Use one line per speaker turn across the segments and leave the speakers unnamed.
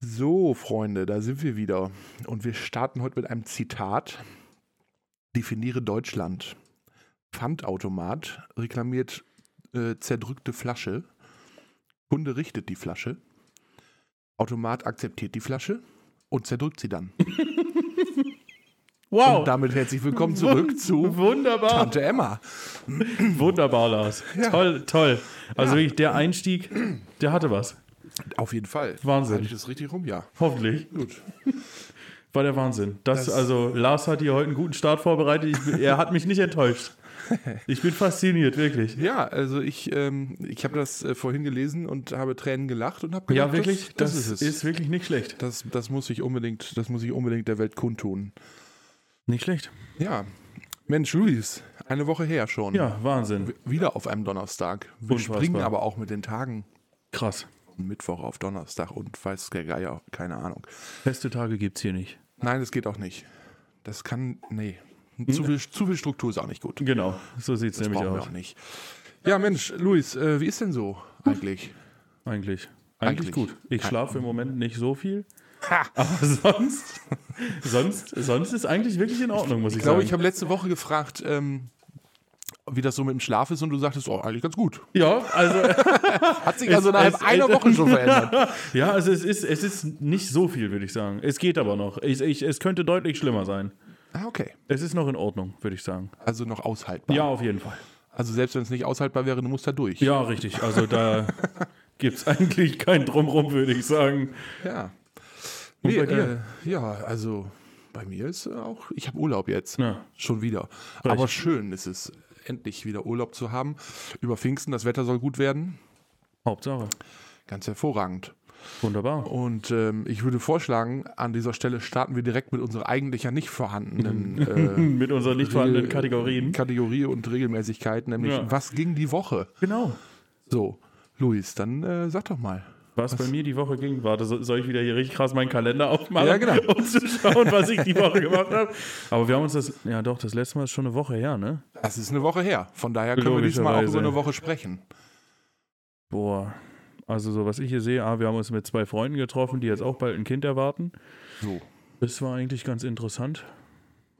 So, Freunde, da sind wir wieder. Und wir starten heute mit einem Zitat. Definiere Deutschland. Pfandautomat reklamiert äh, zerdrückte Flasche. Kunde richtet die Flasche. Automat akzeptiert die Flasche und zerdrückt sie dann.
Wow.
Und damit herzlich willkommen zurück zu
Wunderbar.
Tante Emma.
Wunderbar, Lars. Toll, toll. Also wirklich, der Einstieg, der hatte was.
Auf jeden Fall.
Wahnsinn.
Hatte ich das richtig rum? Ja.
Hoffentlich.
Gut.
War der Wahnsinn. Das,
Das-
also, Lars hat hier heute einen guten Start vorbereitet. Ich, bin- er hat mich nicht enttäuscht. Ich bin fasziniert, wirklich.
Ja, also ich, ähm, ich habe das äh, vorhin gelesen und habe Tränen gelacht und habe
Ja, wirklich,
das, das, ist es.
wirklich nicht schlecht.
das, das muss ich unbedingt, das muss ich unbedingt der Welt kundtun.
Nicht schlecht.
Ja. Mensch, Luis, eine Woche her schon.
Ja, Wahnsinn.
Wieder auf einem Donnerstag. Wir
Unfassbar.
springen aber auch mit den Tagen.
Krass.
Mittwoch auf Donnerstag und weiß der Geier, keine Ahnung.
Feste Tage gibt's hier nicht.
Nein, das geht auch nicht. Das kann, nee.
Hm?
Zu viel, zu viel Struktur ist auch nicht gut.
Genau, so sieht's nämlich
Brauchen wir
aus.
auch nicht. Ja, Mensch, Luis, äh, wie ist denn so eigentlich?
Eigentlich. Eigentlich
Eigentlich.
gut. Ich
Kein-
schlafe im Moment nicht so viel.
Ha!
Aber sonst, sonst, sonst ist eigentlich wirklich in Ordnung, muss ich,
Ich glaube, ich
sagen.
habe letzte Woche gefragt, ähm, wie das so mit dem Schlaf ist und du sagtest, oh, eigentlich ganz gut.
ja, also,
Hat sich also
Es-
innerhalb
es-
einer
es-
Woche schon verändert.
ja, also es ist, es ist nicht so viel, würde ich sagen. Es geht aber noch. Ich, ich, es könnte deutlich schlimmer sein.
Ah, okay.
Es ist noch in Ordnung, würde ich sagen.
Also noch aushaltbar.
Ja, auf jeden Fall.
Also selbst wenn es nicht aushaltbar wäre, du musst da durch.
Ja, richtig. Also da gibt es eigentlich kein Drumrum, würde ich sagen.
Ja.
Und
Nee,
bei dir?
Äh, ja, also bei mir ist äh, auch, ich habe Urlaub jetzt.
Ja.
Schon wieder. Aber schön ist es, endlich wieder Urlaub zu haben. Über Pfingsten, das Wetter soll gut werden.
Hauptsache.
Ganz hervorragend.
Wunderbar.
Und ähm, ich würde vorschlagen, an dieser Stelle starten wir direkt mit unserer eigentlich ja nicht vorhandenen äh,
Mit unseren nicht vorhandenen Kategorien.
Kategorie und Regelmäßigkeit, nämlich
Ja.
was ging die Woche?
Genau.
So, Luis, dann äh, sag doch mal.
Was, bei mir die Woche ging, warte, so- soll ich wieder hier richtig krass meinen Kalender aufmachen,
Ja, genau.
um zu schauen, was ich die Woche gemacht habe. Aber wir haben uns das, ja doch, das letzte Mal ist schon eine Woche her, ne?
Das ist eine Woche her. Von daher können wir diesmal auch
Logischerweise.
über eine Woche sprechen.
Boah. Also so, was ich hier sehe, ah, wir haben uns mit zwei Freunden getroffen, die jetzt auch bald ein Kind erwarten.
So,
Das war eigentlich ganz interessant.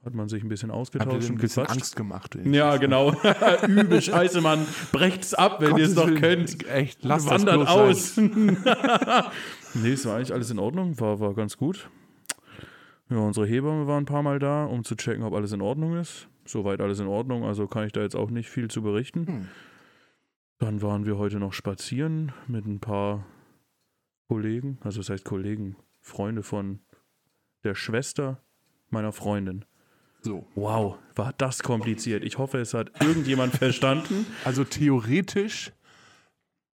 Hat man sich ein bisschen
habt ihr
ausgetauscht
denn ein
und
bisschen
gequatscht.
Angst gemacht? ey?
Ja, genau. Übel, scheiße, Mann. Brecht's ab, wenn ihr es
Gottes
noch
Willen,
könnt.
Echt, lass das
Wandert
bloß
aus.
Sein.
nee, es war eigentlich alles in Ordnung, war, war ganz gut. Ja, unsere Hebamme war ein paar Mal da, um zu checken, ob alles in Ordnung ist. Soweit alles in Ordnung, also kann ich da jetzt auch nicht viel zu berichten.
Hm.
Dann waren wir heute noch spazieren mit ein paar Kollegen, also das heißt Kollegen, Freunde von der Schwester meiner Freundin.
So,
Wow, war das kompliziert. Ich hoffe, es hat irgendjemand verstanden.
also theoretisch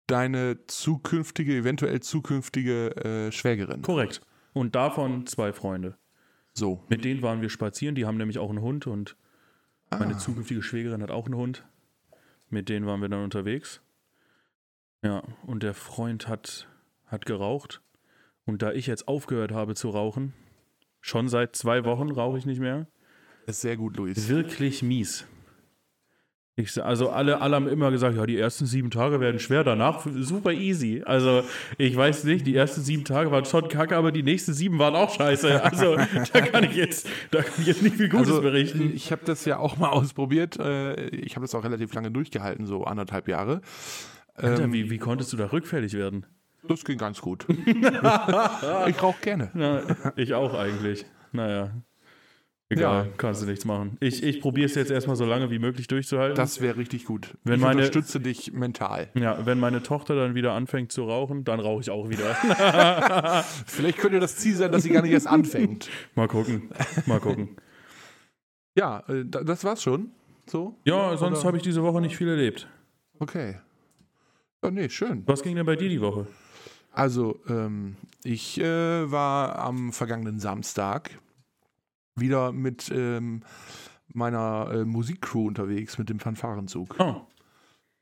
deine zukünftige, eventuell zukünftige äh, Schwägerin.
Korrekt. Und davon zwei Freunde.
So,
Mit denen waren wir spazieren, die haben nämlich auch einen Hund und meine zukünftige Schwägerin hat auch einen Hund. Mit denen waren wir dann unterwegs. Ja, und der Freund hat, hat geraucht. Und da ich jetzt aufgehört habe zu rauchen, schon seit zwei Wochen rauche ich nicht mehr,
ist sehr gut, Luis.
wirklich mies. Ich, sa- also alle, alle haben immer gesagt, ja, die ersten sieben Tage werden schwer, danach super easy. Also ich weiß nicht, die ersten sieben Tage waren schon kacke, aber die nächsten sieben waren auch scheiße. Also da kann ich jetzt, da kann ich jetzt nicht viel Gutes
Also,
berichten.
Ich habe das ja auch mal ausprobiert. äh, Ich habe das auch relativ lange durchgehalten, so anderthalb Jahre.
Alter,
ähm,
wie, wie konntest du da rückfällig werden?
Das ging ganz gut. ich rauche gerne.
Na, ich auch eigentlich. Naja. Egal,
Ja.
kannst du nichts machen. Ich, ich probiere es jetzt erstmal so lange wie möglich durchzuhalten.
Das wäre richtig gut.
Wenn
ich
meine-
unterstütze dich mental.
ja, wenn meine Tochter dann wieder anfängt zu rauchen, dann rauche ich auch wieder.
Vielleicht könnte das Ziel sein, dass sie gar nicht erst anfängt.
mal gucken. Mal gucken.
Ja, äh, da- das war's schon. So?
Ja, sonst
Oder-
habe ich diese Woche nicht viel erlebt.
Okay. Ja, nee, schön.
Was ging denn bei dir die Woche?
Also, ähm, ich äh, war am vergangenen Samstag wieder mit ähm, meiner äh, Musikcrew unterwegs mit dem Fanfarenzug.
Oh,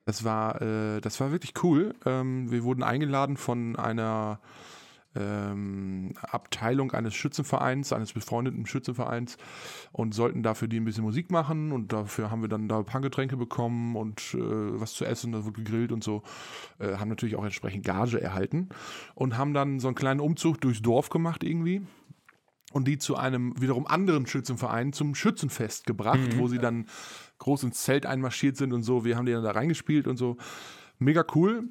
Das war, äh, das war wirklich cool. Ähm, wir wurden eingeladen von einer ähm, Abteilung eines Schützenvereins, eines befreundeten Schützenvereins und sollten dafür die ein bisschen Musik machen und dafür haben wir dann da ein paar Getränke bekommen und äh, was zu essen, da wurde gegrillt und so, äh, haben natürlich auch entsprechend Gage erhalten und haben dann so einen kleinen Umzug durchs Dorf gemacht irgendwie und die zu einem wiederum anderen Schützenverein zum Schützenfest gebracht,
Mhm.
wo sie dann groß ins Zelt einmarschiert sind und so. Wir haben die dann da reingespielt und so. Mega cool,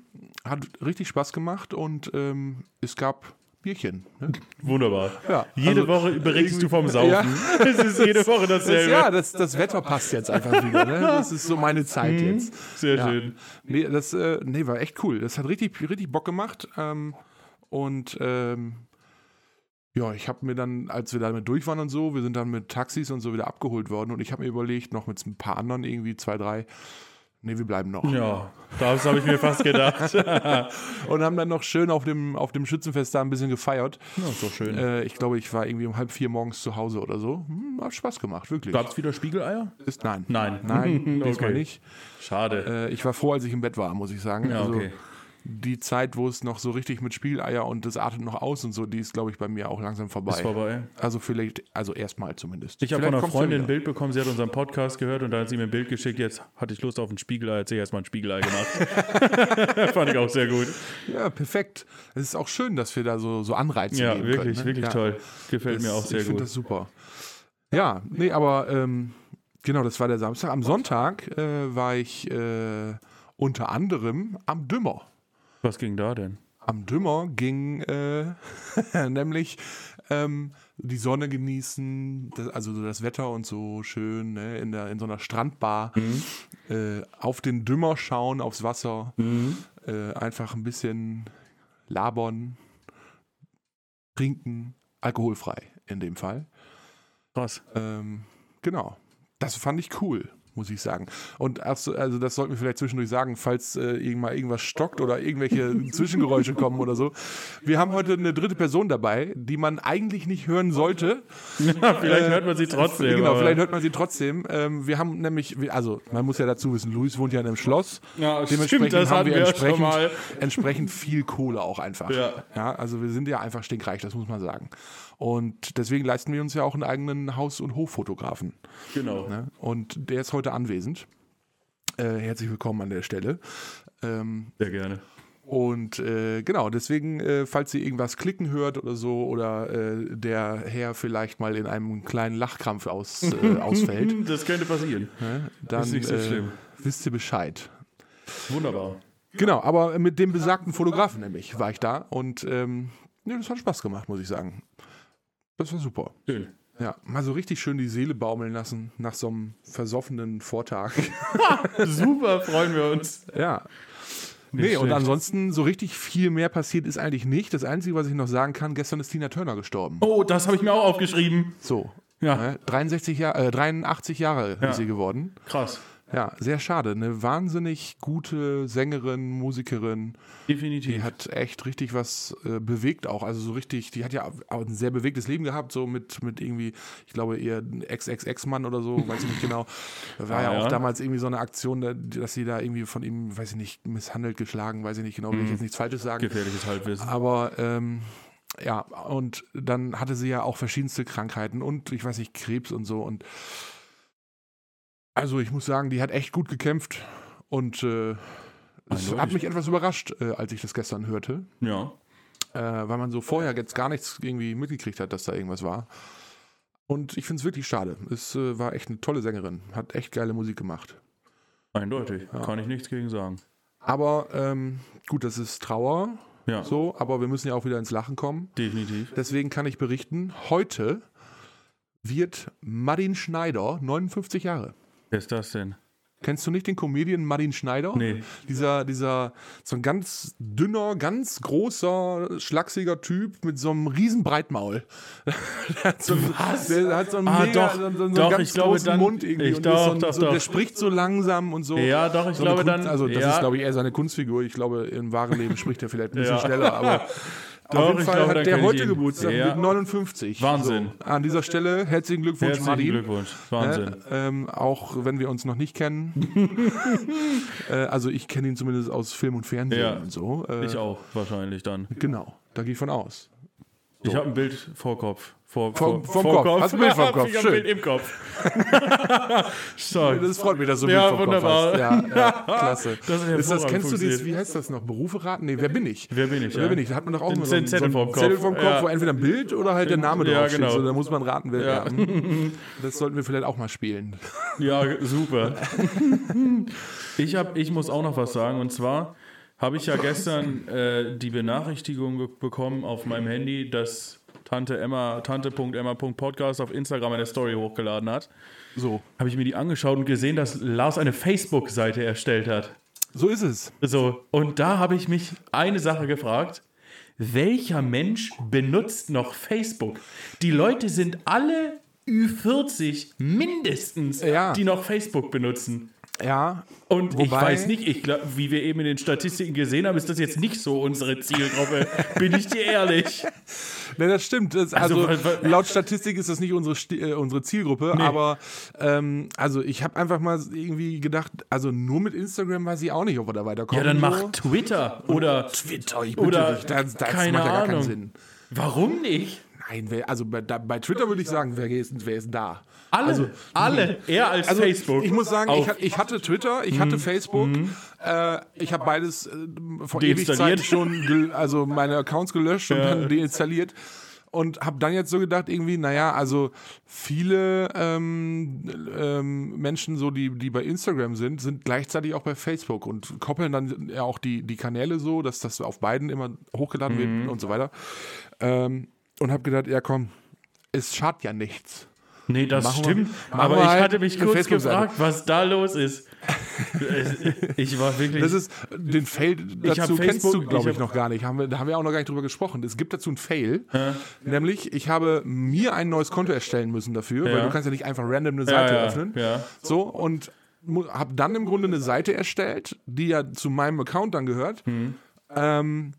hat richtig Spaß gemacht und ähm, es gab Bierchen. Ne?
Wunderbar.
Ja,
Jede
also
Woche berichtest du vom Saufen.
Ja.
Es ist jede Woche
Das,
dasselbe.
ja, das, das Wetter passt jetzt einfach wieder. Ne? Das ist so meine Zeit
Mhm.
jetzt.
Sehr
Ja.
schön.
Nee, das äh, nee, war echt cool. Das hat richtig, richtig Bock gemacht. Ähm, und ähm, ja, ich habe mir dann, als wir damit durch waren und so, wir sind dann mit Taxis und so wieder abgeholt worden. Und ich habe mir überlegt, noch mit ein paar anderen irgendwie, zwei, drei, nee, wir bleiben noch.
Ja, das habe ich mir fast gedacht. Ja,
Und haben dann noch schön auf dem, auf dem Schützenfest da ein bisschen gefeiert.
ist doch schön.
Äh, ich glaube, ich war irgendwie um halb vier morgens zu Hause oder so. Hm, hat Spaß gemacht, wirklich.
Gab es wieder Spiegeleier?
Ist, nein.
Nein.
Nein, diesmal
Okay.
nicht.
Schade.
Äh, ich war froh, als ich im Bett war, muss ich sagen.
ja,
also,
okay.
die Zeit, wo es noch so richtig mit Spiegeleier und das artet noch aus und so, die ist, glaube ich, bei mir auch langsam vorbei.
Ist vorbei.
Also vielleicht, also erstmal zumindest.
Ich habe
Vielleicht
von einer
kommt's ja
Freundin ein
wieder.
Bild bekommen, sie hat unseren Podcast gehört und dann hat sie mir ein Bild geschickt. Jetzt hatte ich Lust auf ein Spiegelei, jetzt habe ich erstmal ein Spiegelei gemacht. Fand ich auch sehr gut.
Ja, perfekt. Es ist auch schön, dass wir da so, so Anreize
Ja,
geben können,
wirklich,
ne?
wirklich
Ja,
toll. Gefällt
Das,
mir auch sehr
ich finde
gut.
das super. Ja, nee, aber ähm, genau, das war der Samstag. Am Sonntag äh, war ich äh, unter anderem am Dümmer.
Was ging da denn?
Am Dümmer ging äh, nämlich ähm, die Sonne genießen, das, also so das Wetter und so schön ne, in, der, in so einer Strandbar. Äh, auf den Dümmer schauen, aufs Wasser. Äh, einfach ein bisschen labern, trinken, alkoholfrei in dem Fall.
Krass.
Ähm, genau. Das fand ich cool, muss ich sagen. Und ach so, also das sollten wir vielleicht zwischendurch sagen, falls äh, irgend- mal irgendwas stockt oder irgendwelche Zwischengeräusche kommen oder so. Wir haben heute eine dritte Person dabei, die man eigentlich nicht hören sollte. Äh,
vielleicht hört man sie trotzdem.
genau,
aber-
vielleicht hört man sie trotzdem. Ähm, wir haben nämlich, wir- also man muss ja dazu wissen, Luis wohnt ja in einem Schloss.
Ja, stimmt,
Dementsprechend
das
haben
hatten
wir,
wir ja schon
entsprechend,
mal.
entsprechend viel Kohle auch einfach.
Ja.
also wir sind ja einfach stinkreich, das muss man sagen. Und deswegen leisten wir uns ja auch einen eigenen Haus- und Hoffotografen.
genau.
Ne? Und der ist heute anwesend. Äh, herzlich willkommen an der Stelle. Ähm,
Sehr gerne.
und äh, genau, deswegen, äh, falls ihr irgendwas klicken hört oder so, oder äh, der Herr vielleicht mal in einem kleinen Lachkrampf aus, äh, ausfällt,
Hm, Das könnte passieren.
dann
nicht so
äh,
schlimm.
wisst ihr Bescheid.
Wunderbar.
Genau, aber mit dem besagten Fotografen nämlich war ich da und ähm, nee, das hat Spaß gemacht, muss ich sagen. Das war super.
Schön.
Ja, mal so richtig schön die Seele baumeln lassen nach so einem versoffenen Vortag.
Super, freuen wir uns.
Ja. Nee, und
schlecht.
ansonsten so richtig viel mehr passiert ist eigentlich nicht. Das Einzige, was ich noch sagen kann, gestern ist Tina Turner gestorben.
Oh, das habe ich mir auch aufgeschrieben.
So.
Ja.
Ne? 63 Jahr, äh, 83 Jahre
Ja.
ist sie geworden.
Krass.
Ja, sehr schade. Eine wahnsinnig gute Sängerin, Musikerin. Die
Definitiv.
hat echt richtig was äh, bewegt auch. Also so richtig, die hat ja auch ein sehr bewegtes Leben gehabt, so mit, mit irgendwie, ich glaube, ihr Ex-Ex-Ex-Mann oder so, weiß ich nicht genau. Da war ja,
Ah, ja.
auch damals irgendwie so eine Aktion, da- dass sie da irgendwie von ihm, weiß ich nicht, misshandelt, geschlagen, weiß ich nicht genau, will
Hm.
ich jetzt nichts Falsches sagen.
Gefährliches Halbwissen.
Aber ähm, ja, und dann hatte sie ja auch verschiedenste Krankheiten und ich weiß nicht, Krebs und so. Und also ich muss sagen, die hat echt gut gekämpft und äh, es
Eindeutig.
hat mich etwas überrascht, äh, als ich das gestern hörte,
Ja.
äh, weil man so vorher jetzt gar nichts irgendwie mitgekriegt hat, dass da irgendwas war. Und ich finde es wirklich schade. Es äh, war echt eine tolle Sängerin, hat echt geile Musik gemacht.
Eindeutig. Kann ich nichts gegen sagen.
Aber ähm, gut, das ist Trauer,
Ja,
so, aber wir müssen ja auch wieder ins Lachen kommen.
definitiv.
Deswegen kann ich berichten, heute wird Martin Schneider 59 Jahre.
Wer ist das denn?
Kennst du nicht den Comedian Martin Schneider?
Nee.
Dieser, dieser, so ein ganz dünner, ganz großer, schlachsiger Typ mit so einem riesen Breitmaul. der hat so, einen- Der hat so einen
Ah,
mega,
doch,
so, einen- so einen
doch,
ganz
ich glaube,
großen
dann-
Mund irgendwie.
ich
und ist so, ein-
doch, doch,
so, Der
doch.
spricht so langsam und so.
Ja, doch, ich
so eine
glaube,
Kunst-
dann-
Also, das
ja.
ist, glaube ich, eher seine Kunstfigur. Ich glaube, im wahren Leben spricht er vielleicht ein bisschen
Ja.
schneller, aber.
Doch,
Auf jeden
ich
Fall
glaube, dann
hat der
kenn ich
heute
ihn.
Geburtstag
Ja.
mit 59.
Wahnsinn.
So, an dieser Stelle herzlichen Glückwunsch,
Herzlichen
Martin.
Glückwunsch. Wahnsinn.
Ne? Ähm, auch wenn wir uns noch nicht kennen. äh, also ich kenne ihn zumindest aus Film und Fernsehen
Ja.
und so. Äh,
Ich auch, wahrscheinlich dann.
Genau, da gehe ich von aus.
Ich habe ein Bild vor Kopf. Vor,
Vom-
vor,
vom Kopf. Hast du ein Bild vom
Ja,
Kopf?
Ich habe ein Bild im Kopf. so.
Das freut mich, dass du Bild
Ja,
vom Kopf
wunderbar.
hast. Ja, ja, klasse.
Das
ist
ist
das,
hervorragend
kennst du dieses,
funktioniert.
wie heißt das noch? Berufe raten? Nee, wer bin ich?
Wer bin ich,
Wer
ja.
bin ich? Da hat man doch auch
Den
immer so einen
Zettel
so einen
vorm Kopf.
Zettel vom Kopf,
Ja.
wo entweder ein Bild oder halt der Name
Ja,
draufsteht.
genau.
So, da muss man raten, wer
Ja.
ja. hm, Das sollten wir vielleicht auch mal spielen.
Ja, super. Ich, hab, ich muss auch noch was sagen. Und zwar habe ich ja gestern äh, die Benachrichtigung ge- bekommen auf meinem Handy, dass Tante Emma, Tante.emma.podcast auf Instagram eine Story hochgeladen hat.
So,
Habe ich mir die angeschaut und gesehen, dass Lars eine Facebook-Seite erstellt hat.
so ist es.
So, und da habe ich mich eine Sache gefragt. Welcher Mensch benutzt noch Facebook? Die Leute sind alle Ü40 mindestens,
Ja.
die noch Facebook benutzen.
Ja,
Und ich
Wobei-
weiß nicht, ich glaub, wie wir eben in den Statistiken gesehen haben, ist das jetzt nicht so unsere Zielgruppe. bin ich dir ehrlich?
Ne, das stimmt. Das,
Also,
also
weil- weil-
laut Statistik ist das nicht unsere, Sti- äh, unsere Zielgruppe, aber ähm, also ich habe einfach mal irgendwie gedacht, also nur mit Instagram weiß ich auch nicht, ob wir da weiterkommen.
Ja, dann
so.
mach Twitter oder
Twitter, ich bitte
oder
dich, das, das
keine
macht ja gar
Ahnung.
keinen Sinn.
warum nicht?
Nein, wer, also bei, da, bei Twitter würde ich sagen, wer ist, wer ist da?
Alle, alle, eher als
Also
Facebook.
ich muss sagen,
Auf.
ich, hat- ich hatte Twitter, ich hatte Facebook, äh, ich habe beides äh, vor
Deinstalliert.
Ewigkeit schon, gel- also meine Accounts gelöscht und dann deinstalliert. Und habe dann jetzt so gedacht, irgendwie, naja, also viele ähm, ähm, Menschen, so die, die bei Instagram sind, sind gleichzeitig auch bei Facebook und koppeln dann ja auch die, die Kanäle so, dass das auf beiden immer hochgeladen wird und so weiter. Ähm, und habe gedacht, ja komm, es schadet ja nichts.
Nee, das
Machen wir-
stimmt.
machen
aber
wir
ich
halt
hatte mich
eine
kurz
Facebook-Seite.
gefragt, was da los ist. ich war wirklich.
Das ist äh, den Fail
Ich hab
dazu kennst du
Facebook- ich
glaube ich,
hab-
noch gar nicht. Haben wir, da haben wir auch noch gar nicht drüber gesprochen. Es gibt dazu einen Fail, nämlich ich habe mir ein neues Konto erstellen müssen dafür,
Ja.
weil du kannst ja nicht einfach random eine
ja,
Seite
ja,
öffnen.
ja.
So und habe dann im Grunde eine Seite erstellt, die ja zu meinem Account dann gehört.
Hm.
Ähm,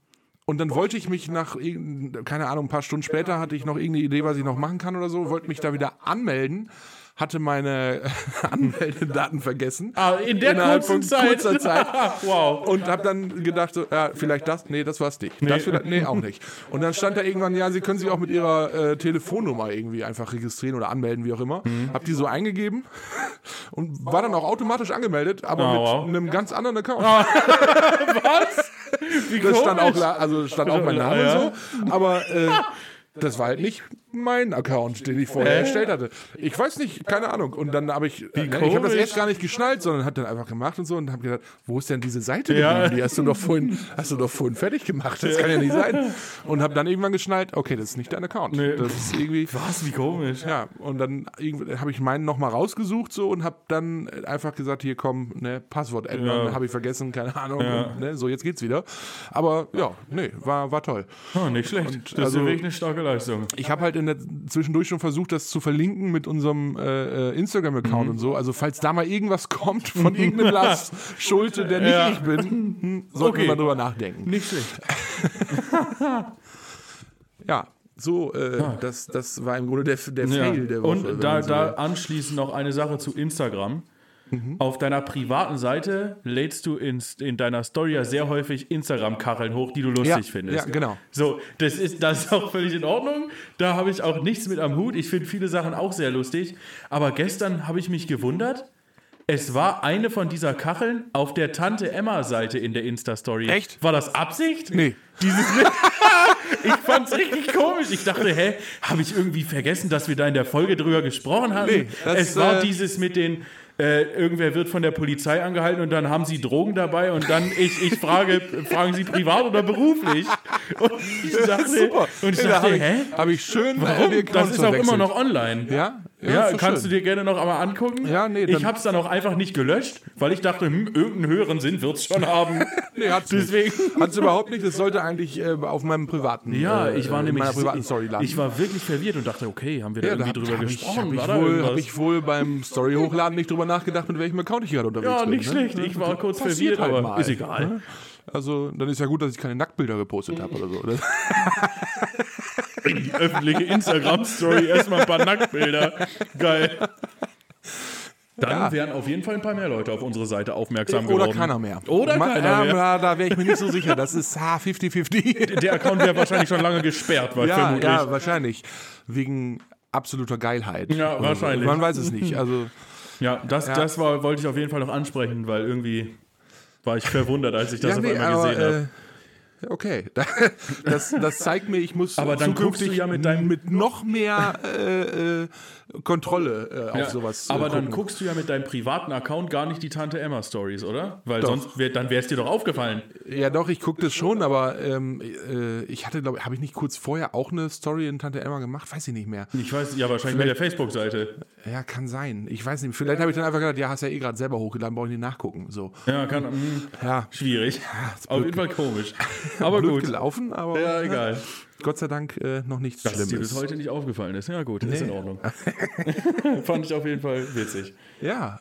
und dann wollte ich mich nach, irgend- keine Ahnung, ein paar Stunden später hatte ich noch irgendeine Idee, was ich noch machen kann oder so, wollte mich da wieder anmelden, hatte meine Anmeldedaten vergessen.
Ah, in der
Innerhalb
kurzen
von
Zeit.
kurzer Zeit.
wow.
Und habe dann gedacht, so, ja, vielleicht das, nee, das war's nicht. Das vielleicht, nee, auch nicht. Und dann stand da irgendwann, ja, Sie können sich auch mit Ihrer äh, Telefonnummer irgendwie einfach registrieren oder anmelden, wie auch immer. Hab die so eingegeben und war dann auch automatisch angemeldet, aber
Ah,
mit
wow.
einem ganz anderen Account.
Wie
das stand auch,
komisch.
la- also stand auch mein Name
Ja.
und so, aber äh, das war halt nicht mein Account, den ich vorher erstellt hatte. Ich weiß nicht, keine Ahnung. Und dann habe ich, ne, ich habe das
komisch.
erst gar nicht geschnallt, sondern habe dann einfach gemacht und so und habe gedacht, wo ist denn diese Seite
Ja.
geblieben? Die hast du doch vorhin, hast du doch vorhin fertig gemacht. Das kann ja nicht sein. Und habe dann irgendwann geschnallt, okay, das ist nicht dein Account.
Nee.
Das ist irgendwie
Was, wie komisch.
ja, und dann habe ich meinen nochmal rausgesucht so und habe dann einfach gesagt, hier komm, ne, Passwort ändern,
Ja.
habe ich vergessen, keine Ahnung. Und, ne, so, jetzt geht's wieder. Aber ja, nee, war, war toll.
Oh, nicht schlecht. das
also-
ist wirklich eine starke Leistung.
Ich habe halt in der zwischendurch schon versucht, das zu verlinken mit unserem äh, äh,
Mhm.
Instagram-Account und so. Also falls da mal irgendwas kommt von irgendeinem Lars Schulte, der nicht
Ja.
ich bin, hm, sollten
Okay.
wir mal drüber nachdenken.
Nicht schlecht.
Ja, so, äh, das, das war im Grunde der, der
Ja.
Fail der Woche. wenn
Und da,
man so
da
will. Mhm.
anschließend noch eine Sache zu Instagram. Auf deiner privaten Seite lädst du in, in deiner Story ja sehr häufig Instagram-Kacheln hoch, die du lustig
Ja,
findest.
ja, genau.
So, das ist, das ist auch völlig in Ordnung. Da habe ich auch nichts mit am Hut. Ich finde viele Sachen auch sehr lustig. Aber gestern habe ich mich gewundert, es war eine von dieser Kacheln auf der Tante Emma-Seite in der Insta-Story.
Echt?
War das Absicht?
Nee.
Dieses ich fand's richtig komisch. Ich dachte, hä, habe ich irgendwie vergessen, dass wir da in der Folge drüber gesprochen hatten?
Nee, das,
es
äh,
war dieses mit den, äh, irgendwer wird von der Polizei angehalten und dann haben sie Drogen dabei und dann ich, ich frage, fragen sie privat oder beruflich? Und ich dachte,
Super.
und ich
Ja, da
dachte,
habe ich,
hä?
hab ich schön äh, die
Warum? Das
Accounts
ist auch immer
verwechselt.
noch online.
Ja,
Ja,
ist doch
kannst
schön.
du dir gerne noch einmal angucken.
Ja, nee,
ich
dann-
habe es dann auch einfach nicht gelöscht, weil ich dachte, hm, irgendeinen höheren Sinn wird es schon haben.
Nee, hat's
Deswegen.
Nicht. Hat's überhaupt nicht. Das sollte eigentlich äh, auf meinem privaten.
Ja,
äh,
ich war
in
nämlich.
meiner privaten Story landen.
ich war wirklich verwirrt und dachte, okay, haben wir da
ja, da
irgendwie
hab,
drüber
hab
gesprochen?
Ich,
war
hab
da
ich, wohl, hab
irgendwas?
ich wohl beim Story hochladen nicht drüber nachgedacht, mit welchem Account ich gerade unterwegs
ja,
bin. ne?
nicht schlecht. Ich war kurz
Passiert
verwirrt,
halt
aber
mal.
ist egal.
Ne? Also, dann ist ja gut, dass ich keine Nacktbilder gepostet habe oder so. ne? oder?
Die öffentliche Instagram-Story, erstmal ein paar Nacktbilder. Geil. Dann
Ja.
wären auf jeden Fall ein paar mehr Leute auf unsere Seite aufmerksam
Oder
geworden.
keiner mehr.
Oder
Ma- ähm,
keiner mehr.
Ja, da wäre ich mir nicht so sicher. Das ist ha, 50-50.
Der Account wäre wahrscheinlich schon lange gesperrt, weil
Ja,
vermutlich.
ja, wahrscheinlich. Wegen absoluter Geilheit.
Ja,
Oder
wahrscheinlich.
So. Man weiß es nicht. Also,
Ja, das,
Ja.
das war, wollte ich auf jeden Fall noch ansprechen, weil irgendwie war ich verwundert, als ich das
ja,
auf
nee,
einmal
aber,
gesehen habe.
äh, okay. Das, das zeigt mir, ich muss
Aber dann guckst
zukünftig
du ja mit deinem-
mit noch mehr äh, äh, Kontrolle äh, auf
Ja,
sowas. äh,
aber dann
gucken.
guckst du ja mit deinem privaten Account gar nicht die Tante Emma Stories, oder? Weil
Doch.
sonst wär, dann wäre es dir doch aufgefallen.
Ja, doch, ich gucke das schon, aber ähm, äh, ich hatte, glaube habe ich nicht kurz vorher auch eine Story in Tante Emma gemacht? Weiß ich nicht mehr.
Ich weiß, ja, wahrscheinlich mit der Facebook-Seite.
Ja, kann sein. Ich weiß nicht. Vielleicht habe ich dann einfach gedacht, ja, hast ja eh gerade selber hochgeladen, brauche ich nicht nachgucken. So.
Ja, kann. Mh,
Ja,
schwierig. auf jeden Fall komisch. Aber
blöd
gut.
gelaufen, aber
Ja, egal.
Gott sei Dank äh, noch nichts
Dass es dir bis
Schlimmes.
heute nicht aufgefallen ist. Ja, gut, ist in Ordnung. Fand ich auf jeden Fall witzig.
Ja.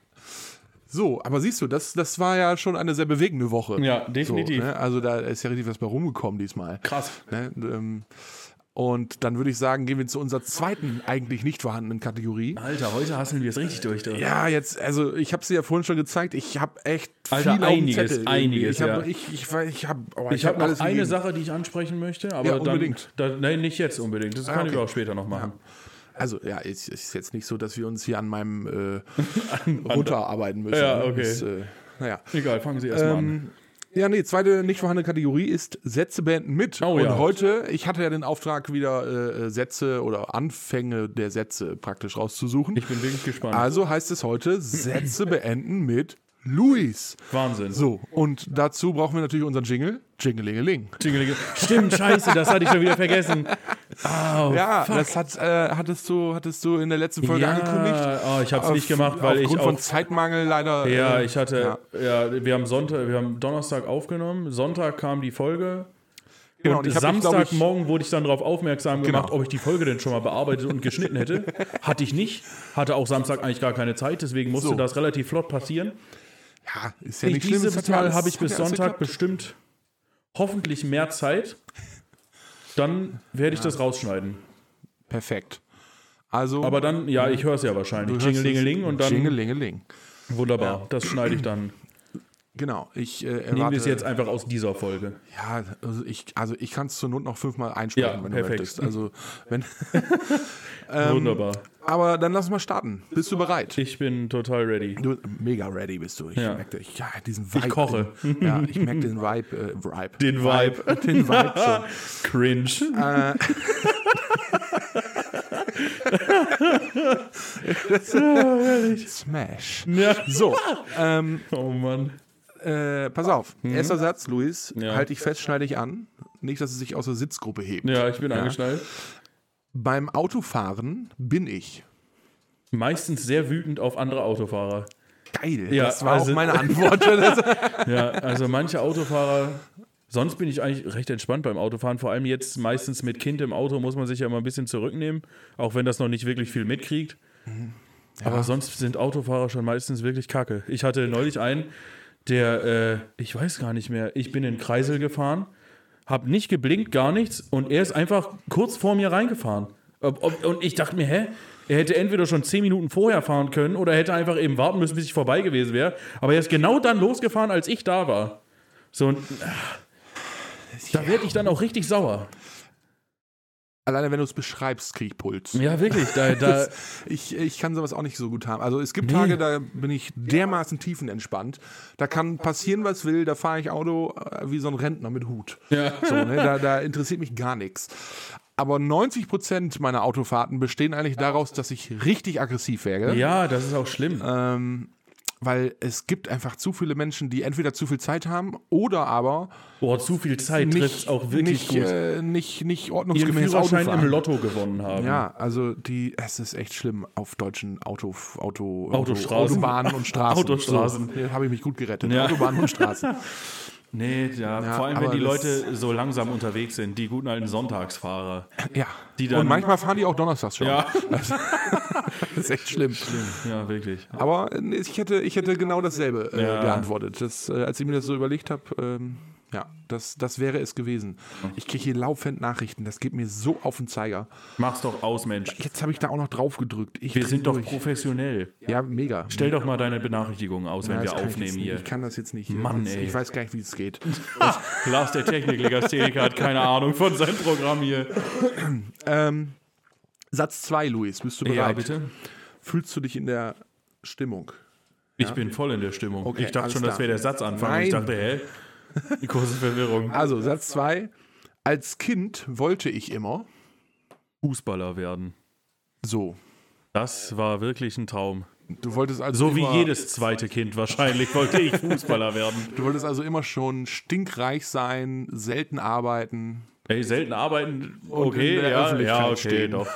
So, aber siehst du, das, das war ja schon eine sehr bewegende Woche.
Ja, definitiv.
So, ne? Also da ist ja richtig was bei rumgekommen diesmal.
Krass.
Ne? Ähm, Und dann würde ich sagen, gehen wir zu unserer zweiten eigentlich nicht vorhandenen Kategorie.
Alter, heute hasseln wir es richtig durch. du.
Ja, jetzt, also ich habe sie ja vorhin schon gezeigt. Ich habe echt
Alter,
viel auf dem
einiges,
Zettel.
einiges,
Ich habe,
ja.
ich, ich, ich habe, oh,
Ich habe
hab
noch eine
gegeben.
Sache, die ich ansprechen möchte, aber
Ja,
dann,
unbedingt. Ah,
dann. Nein, nicht jetzt unbedingt. Das kann
okay.
ich auch später noch machen.
Also ja, es ist jetzt nicht so, dass wir uns hier an meinem äh, runterarbeiten müssen.
Ja,
ne?
okay.
Das, äh, naja.
Egal, fangen Sie
Ähm,
erstmal an.
Ja, nee, zweite nicht vorhandene Kategorie ist Sätze beenden mit.
Oh,
Und
ja.
heute, ich hatte ja den Auftrag, wieder äh, Sätze oder Anfänge der Sätze praktisch rauszusuchen.
Ich bin wirklich gespannt.
also heißt es heute Sätze beenden mit Luis.
Wahnsinn.
So, und dazu brauchen wir natürlich unseren Jingle. Jingelingeling.
Tingelinge. Stimmt, scheiße, das hatte ich schon wieder vergessen. Ah, Au.
Ja, das hat, äh, hattest, du, hattest du in der letzten Folge
Ja,
angekündigt.
oh, ich hab's
Auf-
nicht gemacht, weil ich
aufgrund von
auch-
Zeitmangel leider.
Ja,
äh,
ich hatte, ja. wir haben Sonntag, wir haben Donnerstag aufgenommen, Sonntag kam die Folge
genau,
und
ich hab mich, glaub ich,
Samstagmorgen wurde ich dann darauf aufmerksam
Genau.
gemacht, ob ich die Folge denn schon mal bearbeitet und geschnitten hätte. Hatte ich nicht, hatte auch Samstag eigentlich gar keine Zeit, deswegen musste
So.
das relativ flott passieren.
Ja, ist ja nicht schlimm.
dieses
es hat ja
Mal
alles-
habe ich
hat ja
bis
alles
Sonntag
geklappt.
bestimmt hoffentlich mehr Zeit. Dann werde ich das rausschneiden.
Perfekt. Also,
Aber dann, ja, ich höre es ja wahrscheinlich. Jingelingeling und dann
Jingelingeling.
wunderbar. Das schneide ich dann.
Genau, ich äh, erwarte.
Nehmen wir es jetzt einfach aus dieser Folge.
Ja, also ich, also ich kann es zur Not noch fünfmal einsprechen,
Ja,
wenn
perfekt.
du möchtest. Also, wenn,
wunderbar.
aber dann lass mal starten. Bist du bereit?
Ich bin total ready.
Du, mega ready bist du. Ich
Ja.
merke ich, ja, diesen Vibe.
koche.
In, ja, ich merke den Vibe. Äh, Vibe.
Den Vibe. Äh.
Den Vibe schon.
Cringe.
Smash.
Ja.
So, ähm,
Oh Mann.
äh, pass auf. Erster Satz, Luis.
Mhm. Ja.
Halt dich fest, schneide dich an. Nicht, dass es sich aus der Sitzgruppe hebt.
Ja, ich bin angeschnallt.
Beim Autofahren bin ich.
Meistens sehr wütend auf andere Autofahrer.
Geil.
Ja,
das war
also-
auch meine Antwort. Das-
Ja, also manche Autofahrer. Sonst bin ich eigentlich recht entspannt beim Autofahren. Vor allem jetzt meistens mit Kind im Auto muss man sich ja immer ein bisschen zurücknehmen, auch wenn das noch nicht wirklich viel mitkriegt. Aber sonst sind Autofahrer schon meistens wirklich kacke. Ich hatte neulich einen, der, äh, ich weiß gar nicht mehr, ich bin in Kreisel gefahren, hab nicht geblinkt, gar nichts und er ist einfach kurz vor mir reingefahren. Ob, ob, und ich dachte mir, hä? Er hätte entweder schon zehn Minuten vorher fahren können oder er hätte einfach eben warten müssen, bis ich vorbei gewesen wäre. Aber er ist genau dann losgefahren, als ich da war. So, und, ah, da werde ich dann auch richtig sauer.
Alleine, wenn du es beschreibst, krieg ich Puls.
Ja, wirklich. Da, da,
Das- ich, ich kann sowas auch nicht so gut haben. Also es gibt Tage, da bin ich dermaßen tiefenentspannt. Da kann passieren, was will. Da fahre ich Auto äh, wie so ein Rentner mit Hut. So, ne? da, da interessiert mich gar nichts. Aber 90 Prozent meiner Autofahrten bestehen eigentlich daraus, dass ich richtig aggressiv werde.
ja, das ist auch schlimm.
Ähm, weil es gibt einfach zu viele Menschen, die entweder zu viel Zeit haben oder aber
Boah, zu viel Zeit trifft es
nicht,
auch wirklich
nicht,
gut.
Äh, nicht, nicht
ihren
ordnungsgemäß
Führerschein
Autofahren.
im Lotto gewonnen haben.
Ja, also die, es ist echt schlimm auf deutschen Auto, Auto,
Autostraßen.
Autobahnen und Straßen.
Autostraßen.
So, hier habe ich mich gut gerettet.
Ja.
Autobahnen und Straßen.
Nee, ja,
Ja,
vor allem, wenn
aber
die
das-
Leute so langsam unterwegs sind, die guten alten Sonntagsfahrer.
Ja.
Die dann-
und manchmal fahren die auch donnerstags schon.
Ja.
Das ist echt schlimm.
Ja, wirklich.
Aber äh, ich hätte, ich hätte genau dasselbe äh,
Ja.
geantwortet. Das, äh, als ich mir das so überlegt habe, ähm, Ja, das, das wäre es gewesen. Ich kriege hier laufend Nachrichten. Das geht mir so auf den Zeiger.
Mach's doch aus, Mensch.
Jetzt habe ich da auch noch drauf gedrückt. Ich
Wir
dreh
sind doch
durch.
professionell.
Ja, mega.
Stell doch mal deine Benachrichtigungen aus, wenn
Ja,
wir
das kann ich
aufnehmen
jetzt nicht.
hier.
Ich kann das jetzt nicht. hier.
Mann,
ich,
ey.
ich weiß gar nicht, wie es geht.
Ha, Lars, der Techniklegastheniker, hat keine Ahnung von seinem Programm hier.
Ähm, Satz 2, Luis, bist du bereit?
Ja, bitte.
Fühlst du dich in der Stimmung?
Ich bin voll in der Stimmung.
Okay,
ich dachte
alles
schon, das
klar.
wäre der Satzanfang.
Nein.
Ich dachte, hä? Die große Verwirrung.
Also, Satz 2. Als Kind wollte ich immer
Fußballer werden.
so.
Das war wirklich ein Traum.
Du wolltest also
So wie
immer,
jedes zweite Kind wahrscheinlich wollte ich Fußballer werden.
Du wolltest also immer schon stinkreich sein, selten arbeiten.
Ey, selten arbeiten. Okay,
in der
ja,
Öffentlichkeit
ja, okay,
stehen.
doch.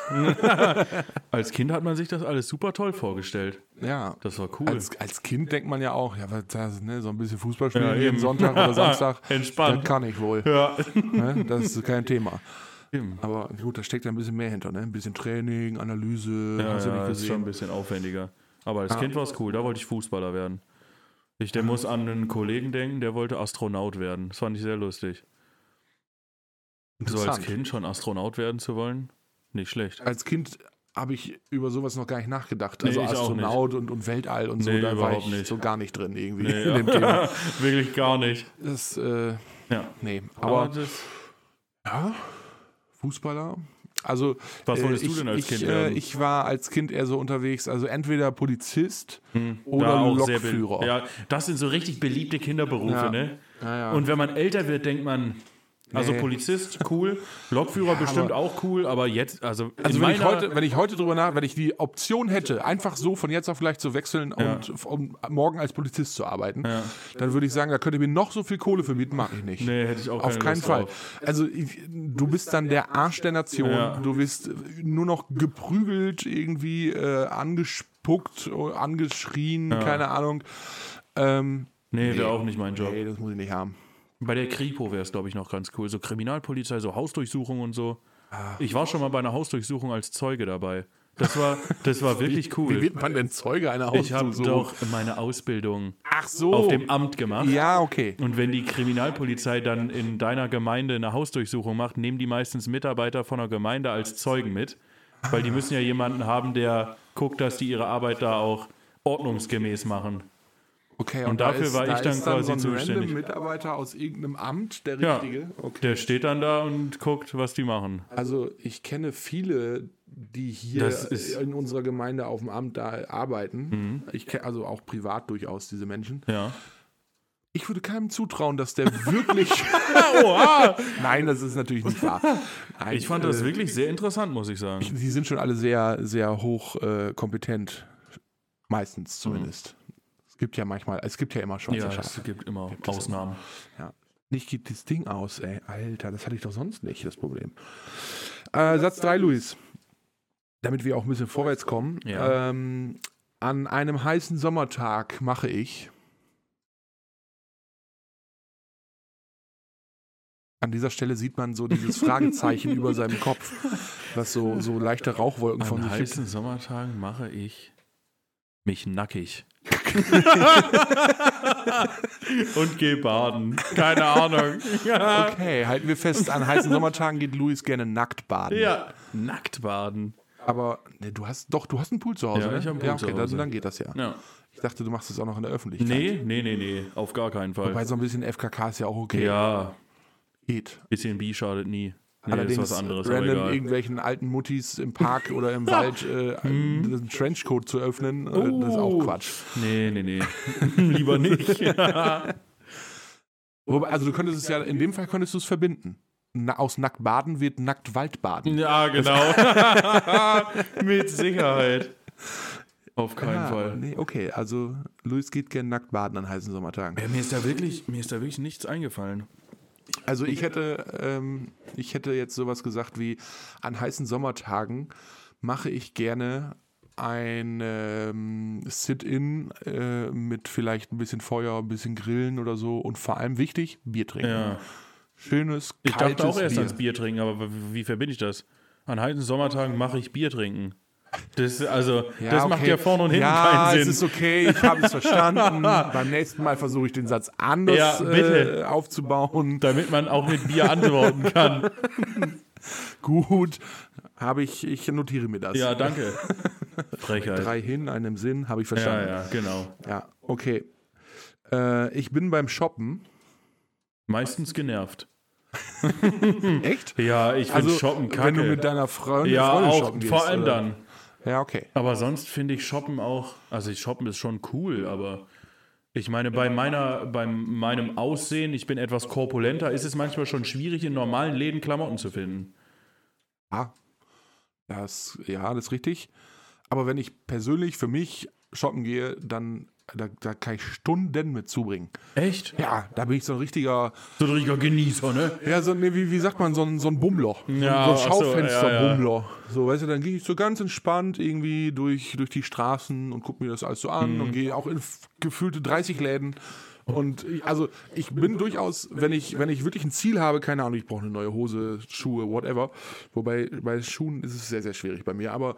Als Kind hat man sich das alles super toll vorgestellt.
Ja.
Das war cool.
Als, als Kind denkt man ja auch, ja, was, das, ne, so ein bisschen Fußball spielen
Ja,
jeden
eben.
Sonntag oder Samstag.
Entspannt.
Das kann ich wohl.
ja.
Ne? Das ist kein Thema.
Eben.
Aber gut, da steckt ja ein bisschen mehr hinter, ne? Ein bisschen Training, Analyse,
Ja,
hast du nicht
ja, ist schon
gesehen.
ein bisschen aufwendiger. Aber als Kind war es cool, da wollte ich Fußballer werden. Ich der muss an einen Kollegen denken, der wollte Astronaut werden. Das fand ich sehr lustig. So als
Interessant.
Kind schon Astronaut werden zu wollen, nicht schlecht.
Als Kind habe ich über sowas noch gar nicht nachgedacht. Also
Nee, ich auch nicht.
Astronaut und, und Weltall und so,
Nee,
da war
überhaupt
ich
nicht.
so gar nicht drin irgendwie
Nee,
in
ja.
dem Thema.
Wirklich gar nicht.
Das, äh,
Ja.
nee.
Aber,
Aber
das,
ja, Fußballer. Also,
was
äh,
wolltest
ich,
du denn als
ich,
Kind
äh,
werden?
Ich war als Kind eher so unterwegs, also entweder Polizist
Hm,
oder
da auch sehr
Lokführer.
be- ja, das sind so richtig beliebte Kinderberufe,
Ja.
ne?
Ja, ja.
Und wenn man älter wird, denkt man, also
Nee.
Polizist, cool, Lokführer bestimmt auch cool, aber jetzt, also,
Also
in
wenn ich,
meiner-
heute, wenn ich heute drüber nach, wenn ich die Option hätte, einfach so von jetzt auf gleich zu wechseln und f- um morgen als Polizist zu arbeiten, dann würde ich sagen, da könnt ihr mir noch so viel Kohle verbieten, mache ich nicht.
Nee, hätte ich auch
auf
keine
keinen
Lust
Fall.
drauf.
Also ich, du bist dann der Arsch der Nation.
Ja.
Du wirst nur noch geprügelt, irgendwie äh, angespuckt, äh, angeschrien, keine Ahnung. Ähm,
Nee, wäre auch nicht mein Job.
nee, das muss ich nicht haben.
Bei der Kripo wäre es, glaube ich, noch ganz cool. So Kriminalpolizei, so Hausdurchsuchung und so.
Ah.
Ich war schon mal bei einer Hausdurchsuchung als Zeuge dabei. Das war, das war wirklich
Wie
cool.
wird man denn Zeuge einer
Ich habe
Hausdurchsuchung?
doch meine Ausbildung
Ach so.
auf dem Amt gemacht.
ja, okay.
Und wenn die Kriminalpolizei dann in deiner Gemeinde eine Hausdurchsuchung macht, nehmen die meistens Mitarbeiter von der Gemeinde als Zeugen mit. Weil die müssen ja jemanden haben, der guckt, dass die ihre Arbeit da auch ordnungsgemäß machen.
Okay, und,
dafür
da ist,
war
da
ich dann
ist
quasi
dann so ein
zuständig.
Random Mitarbeiter aus irgendeinem Amt, der
Ja.
richtige. Okay.
Der steht dann da und guckt, was die machen.
Also ich kenne viele, die hier
Das ist- Mhm.
in unserer Gemeinde auf dem Amt da arbeiten. Ich kenne also auch privat durchaus diese Menschen.
Ja.
Ich würde keinem zutrauen, dass der wirklich.
Ah,
Nein, das ist natürlich nicht wahr. Nein, äh,
Ich fand das wirklich sehr interessant, muss ich sagen.
Sie sind schon alle sehr, sehr hoch äh, kompetent. Meistens zumindest. Es gibt ja manchmal, es gibt ja immer schwarze
Mhm. Ja,
Schafe.
also es gibt immer
Gibt es
Ausnahmen.
Ja. Nicht gibt das Ding aus, ey. Alter, das hatte ich doch sonst nicht, das Problem. Äh, Satz 3, Luis. Damit wir auch ein bisschen vorwärts kommen.
Ja.
Ähm, an einem heißen Sommertag mache ich. An dieser Stelle sieht man so dieses Fragezeichen über seinem Kopf, was so, so leichte Rauchwolken von
An
sich gibt.
heißen Sommertagen mache ich mich nackig. und gehe baden. Keine Ahnung. Ja.
Okay, halten wir fest, an heißen Sommertagen geht Luis gerne nackt baden.
ja. Nackt baden.
Aber ne, du hast doch, du hast einen Pool zu Hause,
Ja,
ne?
ich hab einen
ja,
Pool zu
okay, dann,
Hause.
dann geht das ja.
Ja.
Ich dachte, du machst es auch noch in der Öffentlichkeit.
Nee, nee, nee, nee. Auf gar keinen Fall.
Wobei so ein bisschen FKK ist ja auch okay.
ja,
Geht.
bisschen B schadet nie. Nee,
Allerdings
ist was anderes. aber
random
egal.
irgendwelchen alten Muttis im Park oder im Wald äh, einen Trenchcoat zu öffnen, äh, das ist auch
Hm. Oh.
Quatsch.
Nee, nee, nee. Lieber nicht.
Wobei, also du könntest es ja, in dem Fall könntest du es verbinden. Na, aus nackt baden wird nackt Wald baden.
ja, genau. Mit Sicherheit. Auf keinen
Ah,
Fall.
Nee, okay, also Luis geht gern nackt baden an heißen Sommertagen.
Ja, Äh, mir ist da wirklich, mir ist da wirklich nichts eingefallen.
Also ich hätte, ähm, ich hätte jetzt sowas gesagt wie, an heißen Sommertagen mache ich gerne ein ähm, Sit-in äh, mit vielleicht ein bisschen Feuer, ein bisschen Grillen oder so und vor allem wichtig, Bier trinken.
Ja.
Schönes,
Ich
kaltes
dachte auch erst
Bier.
ans Bier trinken, aber w- wie verbinde ich das? An heißen Sommertagen mache ich Bier trinken. Das, also,
Ja,
das macht
okay.
ja vorne und hinten
ja,
keinen
es
Sinn.
ist okay, ich habe es verstanden. Beim nächsten Mal versuche ich den Satz anders
Ja, bitte.
Äh, aufzubauen.
damit man auch mit Bier antworten kann.
Gut, habe ich, ich notiere mir das.
Ja, danke. Frechheit.
Drei hin, einem Sinn, habe ich
Ja,
verstanden.
ja, genau.
ja. okay. Äh, ich bin beim Shoppen.
Meistens genervt. Also,
Echt? Also,
Ja, ich finde Shoppen kacke.
wenn du mit deiner Freundin
ja,
Freundin
auch,
shoppen gehst,
vor allem
oder?
dann.
Ja, okay.
Aber sonst finde ich Shoppen auch, also ich- Shoppen ist schon cool, aber ich meine, bei meiner, bei meinem Aussehen, ich bin etwas korpulenter, ist es manchmal schon schwierig, in normalen Läden Klamotten zu finden.
Ja. Das, ja, das ist richtig. Aber wenn ich persönlich für mich shoppen gehe, dann da, da kann ich Stunden mit zubringen.
Echt?
Ja, da bin ich so ein richtiger,
So ein richtiger Genießer, ne?
ja, so, nee, wie, wie sagt man, so ein, so ein Bummler.
Ja,
so
ach
ein
so,
Schaufensterbummler. So, weißt du, dann gehe ich so ganz entspannt irgendwie durch, durch die Straßen und gucke mir das alles so
Mhm.
an und gehe auch in f- gefühlte 30 Läden. Und ich- also ich bin durchaus, wenn ich, wenn ich wirklich ein Ziel habe, keine Ahnung, ich brauche eine neue Hose, Schuhe, whatever. Wobei bei Schuhen ist es sehr, sehr schwierig bei mir. Aber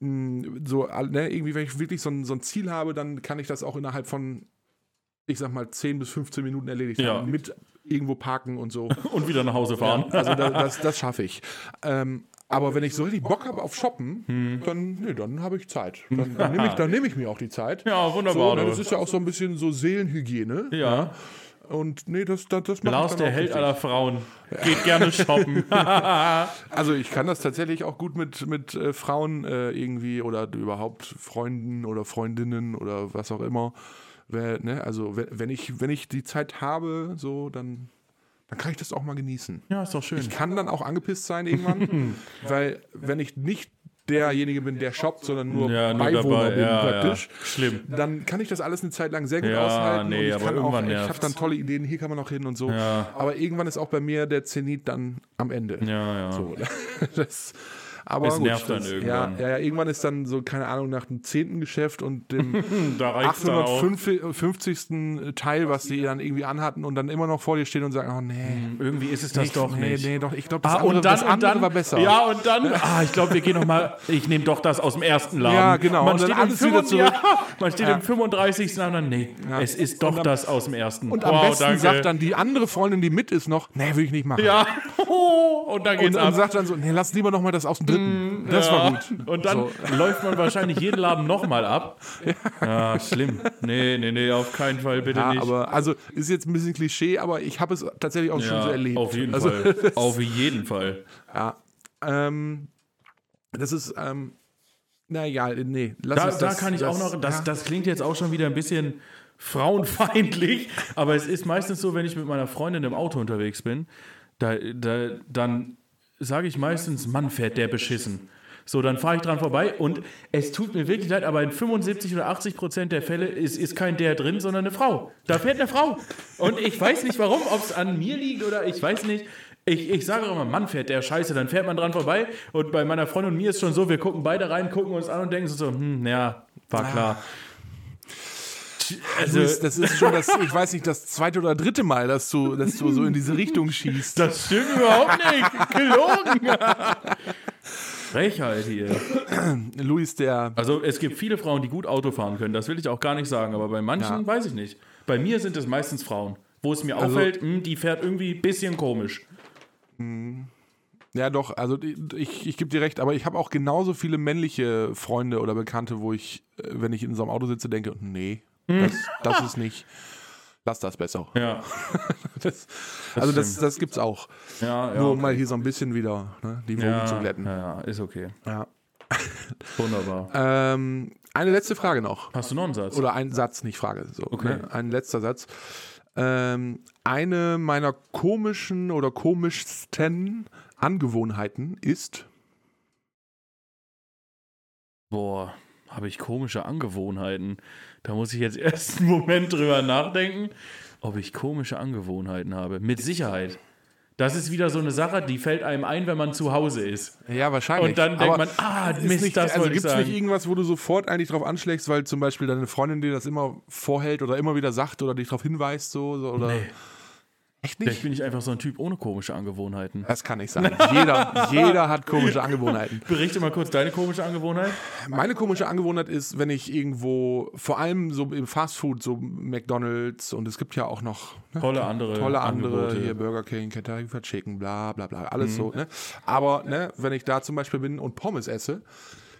mh, so, all- ne, irgendwie, wenn ich wirklich so ein, so ein Ziel habe, dann kann ich das auch innerhalb von, ich sag mal, 10 bis 15 Minuten erledigt
Ja.
haben. Mit irgendwo parken und so.
Und wieder nach Hause fahren.
Also das, das, das schaffe ich. Ähm, aber wenn ich so richtig Bock habe auf Shoppen,
Hm.
dann, nee, dann habe ich Zeit. Dann, dann nehme ich, dann nehm ich mir auch die Zeit.
Ja,
So,
wunderbar.
ne,
du.
das ist ja auch so ein bisschen so Seelenhygiene.
ja.
Und nee, das, das, das mache
Lars,
ich dann
der
auch
Held
richtig.
aller Frauen, geht gerne shoppen.
Also ich kann das tatsächlich auch gut mit, mit äh, Frauen äh, irgendwie oder überhaupt Freunden oder Freundinnen oder was auch immer. Wer, ne, also we- wenn ich, wenn ich die Zeit habe, so, dann, dann kann ich das auch mal genießen.
ja, ist doch schön.
Ich kann dann auch angepisst sein irgendwann, weil wenn ich nicht derjenige bin, der shoppt, sondern nur
Ja, nur
Beiwohner
dabei.
bin
Ja,
praktisch,
ja. Schlimm.
dann kann ich das alles eine Zeit lang sehr gut
Ja,
aushalten.
nee,
und ich
aber
kann auch,
irgendwann
ich habe
nervt's.
dann tolle Ideen, hier kann man noch hin und so.
Ja.
Aber irgendwann ist auch bei mir der Zenit dann am Ende.
Ja, ja.
So, das, aber
Es
gut,
nervt dann
das,
irgendwann.
Ja, ja, ja, irgendwann ist dann so, keine Ahnung, nach dem zehnten Geschäft und dem
Da reicht's dann auch.
850. Teil, was die dann irgendwie anhatten und dann immer noch vor dir stehen und sagen, oh nee,
Hm, Irgendwie ist es das
ich-
doch
nee,
nicht.
Nee, doch, ich glaube, das,
Ah,
andere-
und dann,
das
und
andere
dann
war besser.
Ja, und dann, ah, ich glaube, wir gehen nochmal, ich nehme doch das aus dem ersten Laden.
Ja, genau.
Man
Und dann
steht, im,
alles wieder
35,
zurück.
ja, man steht im 35. und dann, nee, es ist doch das aus dem ersten.
und am besten sagt dann die andere Freundin, die mit ist, noch, nee, will ich nicht machen.
Ja, Oh, und dann
und,
geht's
und
ab. Hm,
sagt dann so, nee, lass lieber nochmal das aus dem dritten. das
ja.
war gut.
Und dann läuft man wahrscheinlich jeden Laden nochmal ab. Ja. schlimm. Nee, nee, nee, auf keinen Fall, bitte
Ja,
nicht.
aber also ist jetzt ein bisschen Klischee, aber ich habe es tatsächlich auch schon
Ja,
so erlebt.
Auf jeden
also,
Fall. Auf jeden Fall.
Ähm, das ist, ähm, naja, nee, lass
Da,
uns
da
das,
kann ich
das,
auch noch, das, das klingt jetzt auch schon wieder ein bisschen frauenfeindlich, aber es ist meistens so, wenn ich mit meiner Freundin im Auto unterwegs bin, da, da, dann sage ich meistens, Mann, fährt der beschissen. So, dann fahre ich dran vorbei und es tut mir wirklich leid, aber in 75 oder 80 Prozent der Fälle ist, ist kein der drin, sondern eine Frau. Da fährt eine Frau. Und ich weiß nicht warum, ob es an mir liegt oder ich weiß nicht. Ich, ich sage immer, Mann, fährt der Scheiße, dann fährt man dran vorbei. Und bei meiner Freundin und mir ist schon so, wir gucken beide rein, gucken uns an und denken so, hm, ja, war klar. Also,
Das, das ist schon das, ich weiß nicht, das zweite oder dritte Mal, dass du, dass du so in diese Richtung schießt.
das stimmt überhaupt nicht. Gelogen. Frechheit hier.
Luis, der
Also es gibt viele Frauen, die gut Auto fahren können, das will ich auch gar nicht sagen, aber bei manchen
Ja. Also
weiß ich nicht. Bei mir sind es meistens Frauen, wo es mir auffällt, hm, die fährt irgendwie ein bisschen komisch.
Ja, doch, also ich, ich gebe dir recht, aber ich habe auch genauso viele männliche Freunde oder Bekannte, wo ich, äh, wenn ich in so einem Auto sitze, denke, nee, das, das ist nicht. Lass das besser.
Ja,
Das, also das, das gibt's auch.
ja, ja.
Nur um mal hier so ein bisschen wieder ne, die Wogen zu
ja,
glätten.
ja, ja, ist okay.
Ja.
Wunderbar.
Ähm, eine letzte Frage noch.
Hast du noch einen Satz?
Oder ein Satz, nicht Frage. So,
Okay.
ne? Ein letzter Satz. Ähm, eine meiner komischen oder komischsten Angewohnheiten ist.
Boah, habe ich komische Angewohnheiten. Da muss ich jetzt erst einen Moment drüber nachdenken, ob ich komische Angewohnheiten habe. Mit Sicherheit. Das ist wieder so eine Sache, die fällt einem ein, wenn man zu Hause ist.
Ja, wahrscheinlich.
Und dann denkt
Aber-
man, ah,
Ist
Mist,
nicht,
das
also
wollte ich
gibt es nicht
sagen.
irgendwas, wo du sofort eigentlich drauf anschlägst, weil zum Beispiel deine Freundin dir das immer vorhält oder immer wieder sagt oder dich darauf hinweist so, so oder
Nee.
Echt
Vielleicht
nicht?
bin ich einfach so ein Typ ohne komische Angewohnheiten.
Das kann nicht sein. Jeder, jeder hat komische Angewohnheiten.
Berichte mal kurz deine komische Angewohnheit.
Meine komische Angewohnheit ist, wenn ich irgendwo, vor allem so im Fastfood, so McDonalds und es gibt ja auch noch ne,
Tolle andere.
tolle andere,
Äh, Angebote.
hier Burger King, Kentucky Fried Chicken, bla bla bla, alles so. Ne? Aber ne, wenn ich da zum Beispiel bin und Pommes esse,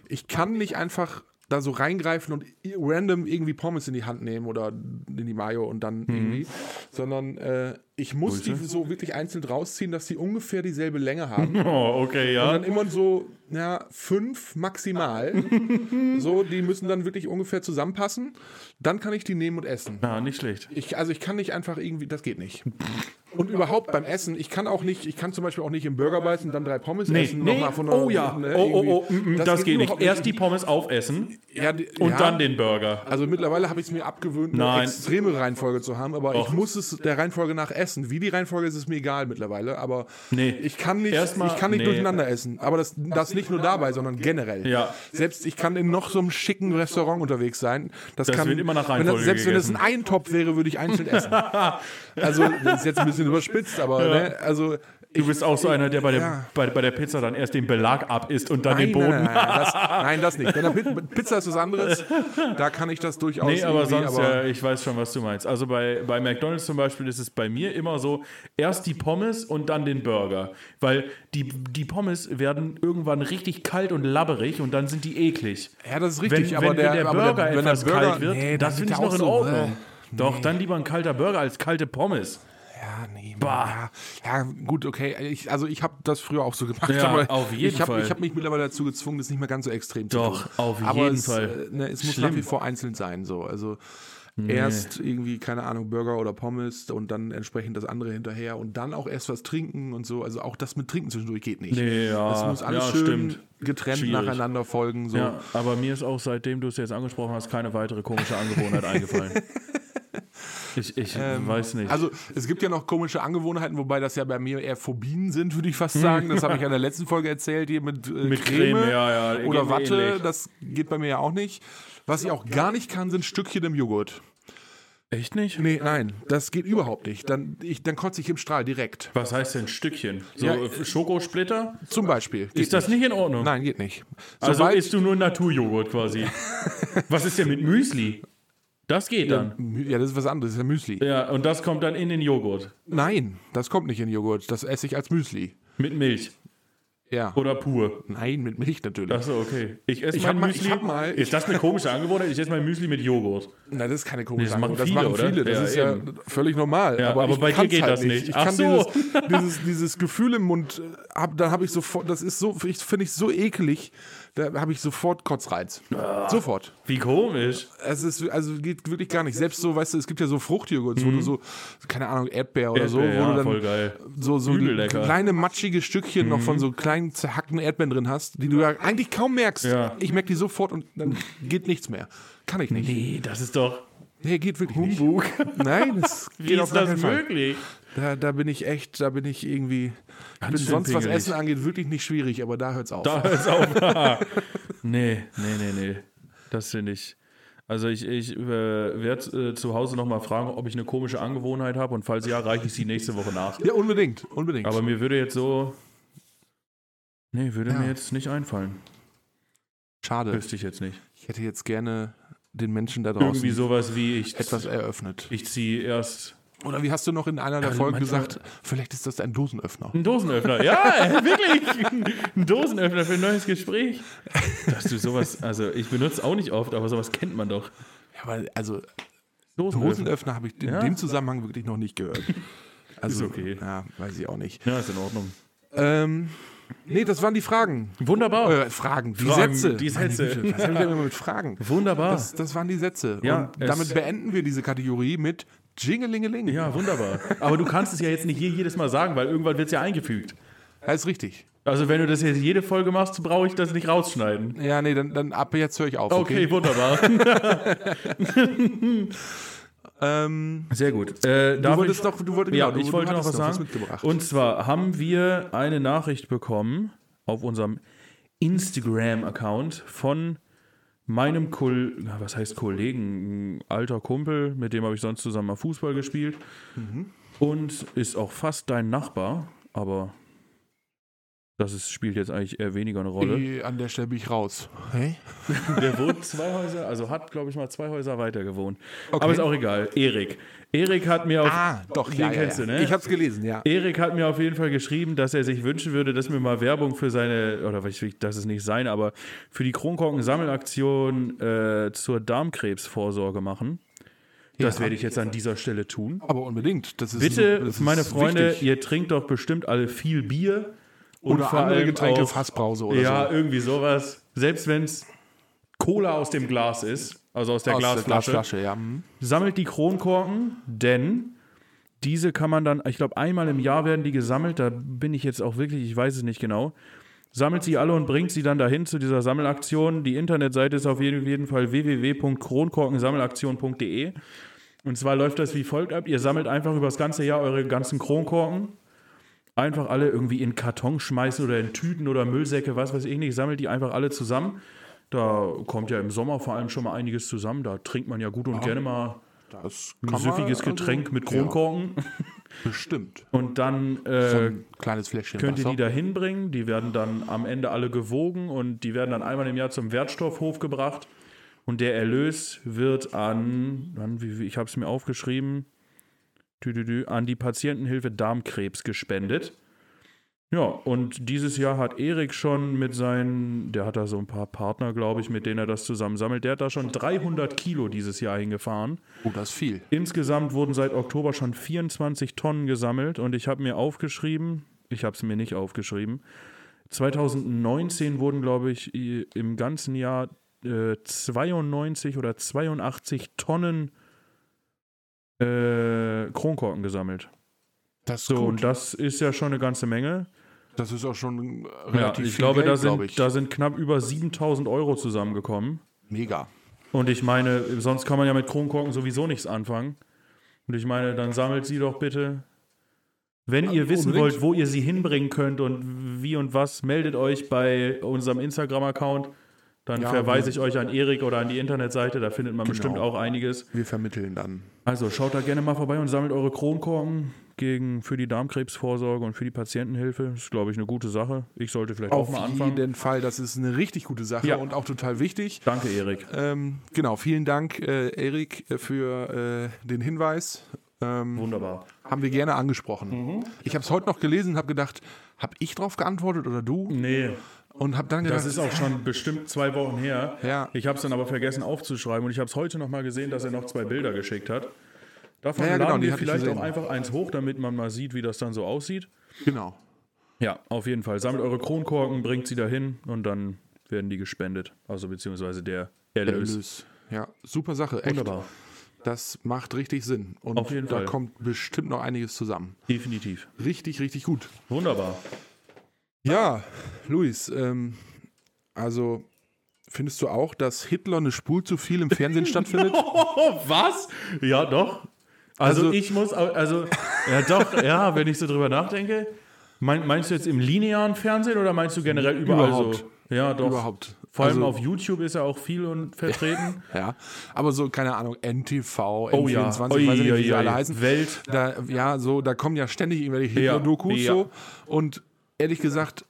ich kann nicht einfach da so reingreifen und i- random irgendwie Pommes in die Hand nehmen oder in die Mayo und dann irgendwie, sondern äh, ich muss die so wirklich einzeln rausziehen, dass die ungefähr dieselbe Länge haben.
Oh, okay,
Und
ja.
dann immer so, ja, fünf maximal. so, die müssen dann wirklich ungefähr zusammenpassen. Dann kann ich die nehmen und essen.
Na, nicht schlecht.
Ich, also ich kann nicht einfach irgendwie, das geht nicht. Und überhaupt beim Essen, ich kann auch nicht, ich kann zum Beispiel auch nicht im Burger beißen, dann drei Pommes essen. noch mal von
oh ja.
ne,
oh, oh, oh.
irgendwie.
mm, mm, Das, geht nicht.
überhaupt
Erst die Pommes aufessen
Ja, die-
und
ja.
dann den Burger.
Also mittlerweile habe ich es mir abgewöhnt, eine
Nein.
extreme Reihenfolge zu haben, aber ich
Och.
muss es der Reihenfolge nach essen. Wie die Reihenfolge ist, ist mir egal mittlerweile, aber
Nee.
ich kann nicht,
Erst mal-
ich kann nicht
nee.
durcheinander essen. Aber das, das nicht nur dabei, sondern generell.
Ja.
Selbst ich kann in noch so einem schicken Restaurant unterwegs sein. Das,
Das
kann,
wird immer nach
wenn das,
Reihenfolge
Selbst wenn es ein
gegessen.
Eintopf wäre, würde ich einzeln essen. also, das ist jetzt ein bisschen überspitzt, aber ne, also
Du bist auch so einer, der bei der,
Ja.
bei, bei der Pizza dann erst den Belag abisst und dann den Boden.
Nein, nein, nein, das, nein, das nicht. Bei der Pi- Pizza ist was anderes. Da kann ich das durchaus.
Nee, aber
irgendwie,
sonst, ja, ich weiß schon, was du meinst. Also bei, bei McDonalds zum Beispiel ist es bei mir immer so, erst die Pommes und dann den Burger. Weil die, die Pommes werden irgendwann richtig kalt und labberig und dann sind die eklig.
Ja, das ist richtig,
wenn,
aber
wenn,
der-
wenn der
aber der-
Burger
wenn der
etwas
Burger-
kalt wird,
nee, dann
das
wird
finde ich
der
noch in
auch so,
Ordnung.
äh,
Doch, dann lieber ein kalter Burger als kalte Pommes.
Ja, nee.
Bah.
Ja, ja, gut, okay. Ich, also ich habe das früher auch so gemacht.
Ja,
aber
auf jeden
ich hab,
Fall.
Ich habe mich mittlerweile dazu gezwungen, das nicht mehr ganz so extrem zu
Doch,
tun.
auf
aber
jeden
es,
Fall.
äh, Ne, es muss nach
Schlimm.
wie vor einzeln sein. So. Also erst irgendwie, keine Ahnung, Burger oder Pommes und dann entsprechend das andere hinterher und dann auch erst was trinken und so. Also auch das mit Trinken zwischendurch geht nicht.
Nee, ja.
das muss alles
Ja,
schön
stimmt.
getrennt
Schwierig.
nacheinander folgen. So.
Ja, aber mir ist auch, seitdem du es jetzt angesprochen hast, keine weitere komische Angewohnheit eingefallen. Ich, ich weiß nicht.
Also es gibt ja noch komische Angewohnheiten, wobei das ja bei mir eher Phobien sind, würde ich fast sagen. Das habe ich ja in der letzten Folge erzählt, hier mit, äh,
Mit
Creme,
Creme, ja, ja,
oder
geht mir
Watte.
ähnlich.
Das geht bei mir ja auch nicht. Was ich auch gar nicht kann, sind Stückchen im Joghurt.
Echt nicht?
Nee, nein, das geht überhaupt nicht. Dann, ich, dann kotze ich im Strahl direkt.
Was heißt denn Stückchen? So
Ja,
äh, Schokosplitter?
Zum Beispiel. Geht
Ist das nicht in Ordnung?
Nein, geht nicht.
Also
Sobald-
isst du nur Naturjoghurt quasi. Was ist denn mit Müsli? Das geht dann.
ja, das ist was anderes, das ist ja Müsli.
Ja, und das kommt dann in den Joghurt.
Nein, das kommt nicht in Joghurt. Das esse ich als Müsli.
Mit Milch.
Ja.
Oder pur.
Nein, mit Milch natürlich.
Achso, okay. Ich esse
Ich
mein
hab mal-
Müsli.
ich hab mal-
ist das eine komische Angewohnheit? Ich esse mein Müsli mit Joghurt.
Na, das ist keine komische
das machen
Angewohnheit.
viele,
das machen viele.
oder?
Das
Ja,
ist ja völlig normal.
Ja, aber
ich
bei dir
kann's halt
geht das nicht.
Ich
Ach
kann
so.
dieses, dieses, dieses Gefühl im Mund, äh, hab, dann habe ich sofort, das ist so, ich- finde ich so ekelig, da habe ich sofort Kotzreiz. Sofort.
Wie komisch.
Es ist, also geht wirklich gar nicht. Selbst so, weißt du, es gibt ja so Fruchtjoghurts, wo du so, keine Ahnung, Erdbeer oder so, wo
Mhm. Erdbeer, ja,
du dann
voll geil.
so, so
Übel lecker. Mhm.
kleine matschige Stückchen noch von so kleinen zerhackten Erdbeeren drin hast, die du ja eigentlich kaum merkst.
Ja.
Ich merke die sofort und dann geht nichts mehr. Kann ich nicht. Nee,
Nee, das ist doch
geht wirklich nicht.
Humbug.
Nein, das
Wie
geht auf
ist
gar keinen
das
Fall.
möglich?
Da, da bin ich echt, da bin ich irgendwie. Ich bin
Ganz schön
sonst was
pingelig.
Essen angeht wirklich nicht schwierig, aber da hört's auf.
Da hört's auf. nee, nee, nee, nee. Das finde ich. Also ich, ich äh, werde äh, zu Hause nochmal fragen, ob ich eine komische Angewohnheit habe und falls ja, reiche ich sie nächste Woche nach.
Ja, unbedingt, unbedingt.
Aber mir würde jetzt so. Nee, würde
Ja.
mir jetzt nicht einfallen.
Schade.
Wüsste ich jetzt nicht.
Ich hätte jetzt gerne den Menschen da draußen
Irgendwie sowas wie ich.
etwas eröffnet.
Ich ziehe erst
Oder wie hast du noch in einer der
Also
Folgen
manchmal- Hm.
gesagt, vielleicht ist das ein Dosenöffner.
einen Dosenöffner. Ja, ey, wirklich. Einen Dosenöffner für ein neues Gespräch. Dass du sowas, also ich benutze auch nicht oft, aber sowas kennt man doch.
Ja, aber also
Dosenöffner.
Dosenöffner habe ich in
Ja.
dem Zusammenhang wirklich noch nicht gehört. Also,
okay.
ja, weiß ich auch nicht.
Ja, ist in Ordnung.
Ähm, nee, das waren die Fragen.
Wunderbar.
Äh, Fragen, die
Fragen,
Sätze.
die
Meine
Sätze.
Güte, Was haben wir denn immer mit Fragen?
Wunderbar.
Das, das waren die Sätze.
Ah. Ja,
und
es-
damit beenden wir diese Kategorie mit Jingelingeling.
Ja, wunderbar. Aber du kannst es ja jetzt nicht hier jedes Mal sagen, weil irgendwann wird es ja eingefügt.
Das ist richtig.
Also wenn du das jetzt jede Folge machst, brauche ich das nicht rausschneiden.
Ja, nee, dann, dann ab jetzt höre ich auf.
Okay, wunderbar.
Ähm,
Sehr gut. Äh,
du
darf
wolltest
ich,
noch, du wolltest,
ja,
genau, du,
ich
du
wollte noch
hattest
was sagen.
mitgebracht.
Und zwar haben wir eine Nachricht bekommen auf unserem Instagram-Account von meinem Kol na, was heißt Kollegen, ein alter Kumpel, mit dem habe ich sonst zusammen mal Fußball gespielt. Und ist auch fast dein Nachbar, aber das ist, spielt jetzt eigentlich eher weniger eine Rolle.
Äh, An der Stelle bin ich raus. Hä?
Der wohnt zwei Häuser, also hat, glaube ich, mal zwei Häuser weiter gewohnt.
Okay.
Aber ist auch egal. Erik. Erik hat mir auf.
Ah, doch,
Den
ja, ja,
kennst
ja.
du, ne?
Ich hab's gelesen, ja.
Erik hat mir auf jeden Fall geschrieben, dass er sich wünschen würde, dass mir mal Werbung für seine, oder weiß ich, das ist nicht sein, aber für die Kronkorken-Sammelaktion äh, zur Darmkrebsvorsorge machen. Das werde ich jetzt an dieser Stelle tun.
Aber unbedingt. Das ist,
Bitte,
das ist
meine Freunde,
wichtig.
ihr trinkt doch bestimmt alle viel Bier. und
oder
vor
andere
allem
Getränke,
auch-
Fassbrause oder
Ja,
so.
irgendwie sowas. Selbst wenn es Cola aus dem Glas ist, also aus der
Aus der
Glasflasche,
Glasflasche, ja. Mhm.
sammelt die Kronkorken, denn diese kann man dann, ich glaube, einmal im Jahr werden die gesammelt. Da bin ich jetzt auch wirklich, ich weiß es nicht genau. Sammelt sie alle und bringt sie dann dahin zu dieser Sammelaktion. Die Internetseite ist auf jeden, jeden Fall www.kronkorkensammelaktion.de. Und zwar läuft das wie folgt ab: Ihr sammelt einfach über das ganze Jahr eure ganzen Kronkorken. Einfach alle irgendwie in Karton schmeißen oder in Tüten oder Müllsäcke, was weiß ich nicht. Sammelt die einfach alle zusammen. Da kommt ja im Sommer vor allem schon mal einiges zusammen. Da trinkt man ja gut und gerne mal
Das
ein
kann man
süffiges
also-
Getränk mit
Ja,
Kronkorken.
bestimmt.
Und dann
So
äh,
ein kleines Fläschchen.
könnt ihr
Wasser.
die da hinbringen. Die werden dann am Ende alle gewogen und die werden dann einmal im Jahr zum Wertstoffhof gebracht. Und der Erlös wird an, an wie, wie- ich habe es mir aufgeschrieben, dü, dü, dü, an die Patientenhilfe Darmkrebs gespendet. Ja, und dieses Jahr hat Erik schon mit seinen, der hat da so ein paar Partner, glaube ich, mit denen er das zusammen sammelt. Der hat da schon 300 Kilo dieses Jahr hingefahren.
oh, das ist viel.
Insgesamt wurden seit Oktober schon 24 Tonnen gesammelt und ich habe mir aufgeschrieben, ich habe es mir nicht aufgeschrieben, 2019 wurden, glaube ich, i- im ganzen Jahr äh, 92 oder 82 Tonnen äh, Kronkorken gesammelt.
Das ist
So,
gut.
und das ist ja schon eine ganze Menge.
Das ist auch schon äh,
Ja,
relativ
ich
viel
glaube,
Geld,
da, sind,
glaub ich.
da sind knapp über 7000 Euro zusammengekommen.
Mega.
Und ich meine, sonst kann man ja mit Kronkorken sowieso nichts anfangen. Und ich meine, dann sammelt sie doch bitte. Wenn ihr wissen
unbedingt.
wollt, wo ihr sie hinbringen könnt und wie und was, meldet euch bei unserem Instagram-Account. Dann
Ja,
verweise
wir- Genau.
ich euch an Erik oder an die Internetseite. Da findet man bestimmt auch einiges.
Wir vermitteln dann.
Also schaut da gerne mal vorbei und sammelt eure Kronkorken gegen, für die Darmkrebsvorsorge und für die Patientenhilfe. Ist, glaube ich, eine gute Sache. Ich sollte vielleicht auch
Auf
mal anfangen.
jeden Fall. Das ist eine richtig gute Sache
Ja.
und auch total wichtig.
Danke, Erik.
Ähm, genau, vielen Dank, äh, Erik, für äh, den Hinweis. Ähm,
Wunderbar.
haben wir gerne angesprochen.
Mhm.
Ich habe es heute noch gelesen und habe gedacht, habe ich drauf geantwortet oder du?
Nee.
Und habe dann gedacht,
Das ist auch schon bestimmt zwei Wochen her.
Ja.
Ich habe es dann aber vergessen aufzuschreiben und ich habe es heute nochmal gesehen, dass er noch zwei Bilder geschickt hat. Davon
Ja, ja, genau,
laden
die
wir
hatte ich
vielleicht auch
gesehen.
einfach eins hoch, damit man mal sieht, wie das dann so aussieht.
genau.
Ja, auf jeden Fall. Sammelt eure Kronkorken, bringt sie dahin und dann werden die gespendet. Also beziehungsweise der Erlös.
Erlös. Ja, super Sache. Echt.
Wunderbar.
Das macht richtig Sinn. Und
Auf jeden
da
Fall.
kommt bestimmt noch einiges zusammen.
Definitiv.
Richtig, richtig gut.
Wunderbar.
Ja, Luis, ähm, also findest du auch, dass Hitler eine Spur zu viel im Fernsehen stattfindet?
Oh, was? Ja, doch. Also,
Also-
ich muss, au- also, ja doch, ja, wenn ich so drüber nachdenke. Mein, meinst du jetzt im linearen Fernsehen oder meinst du generell überall
Überhaupt.
so? Ja, doch.
Überhaupt.
Vor allem
Also-
auf YouTube ist er auch viel und vertreten.
Ja, aber so, keine Ahnung, NTV,
Oh
N24,
ja.
weiß ich nicht, wie
Ui, ui,
sie alle
ui.
heißen.
Welt.
Da, ja, so, da kommen ja ständig irgendwelche
Ja,
Hitler-Dokus
ja.
so. Und ehrlich gesagt,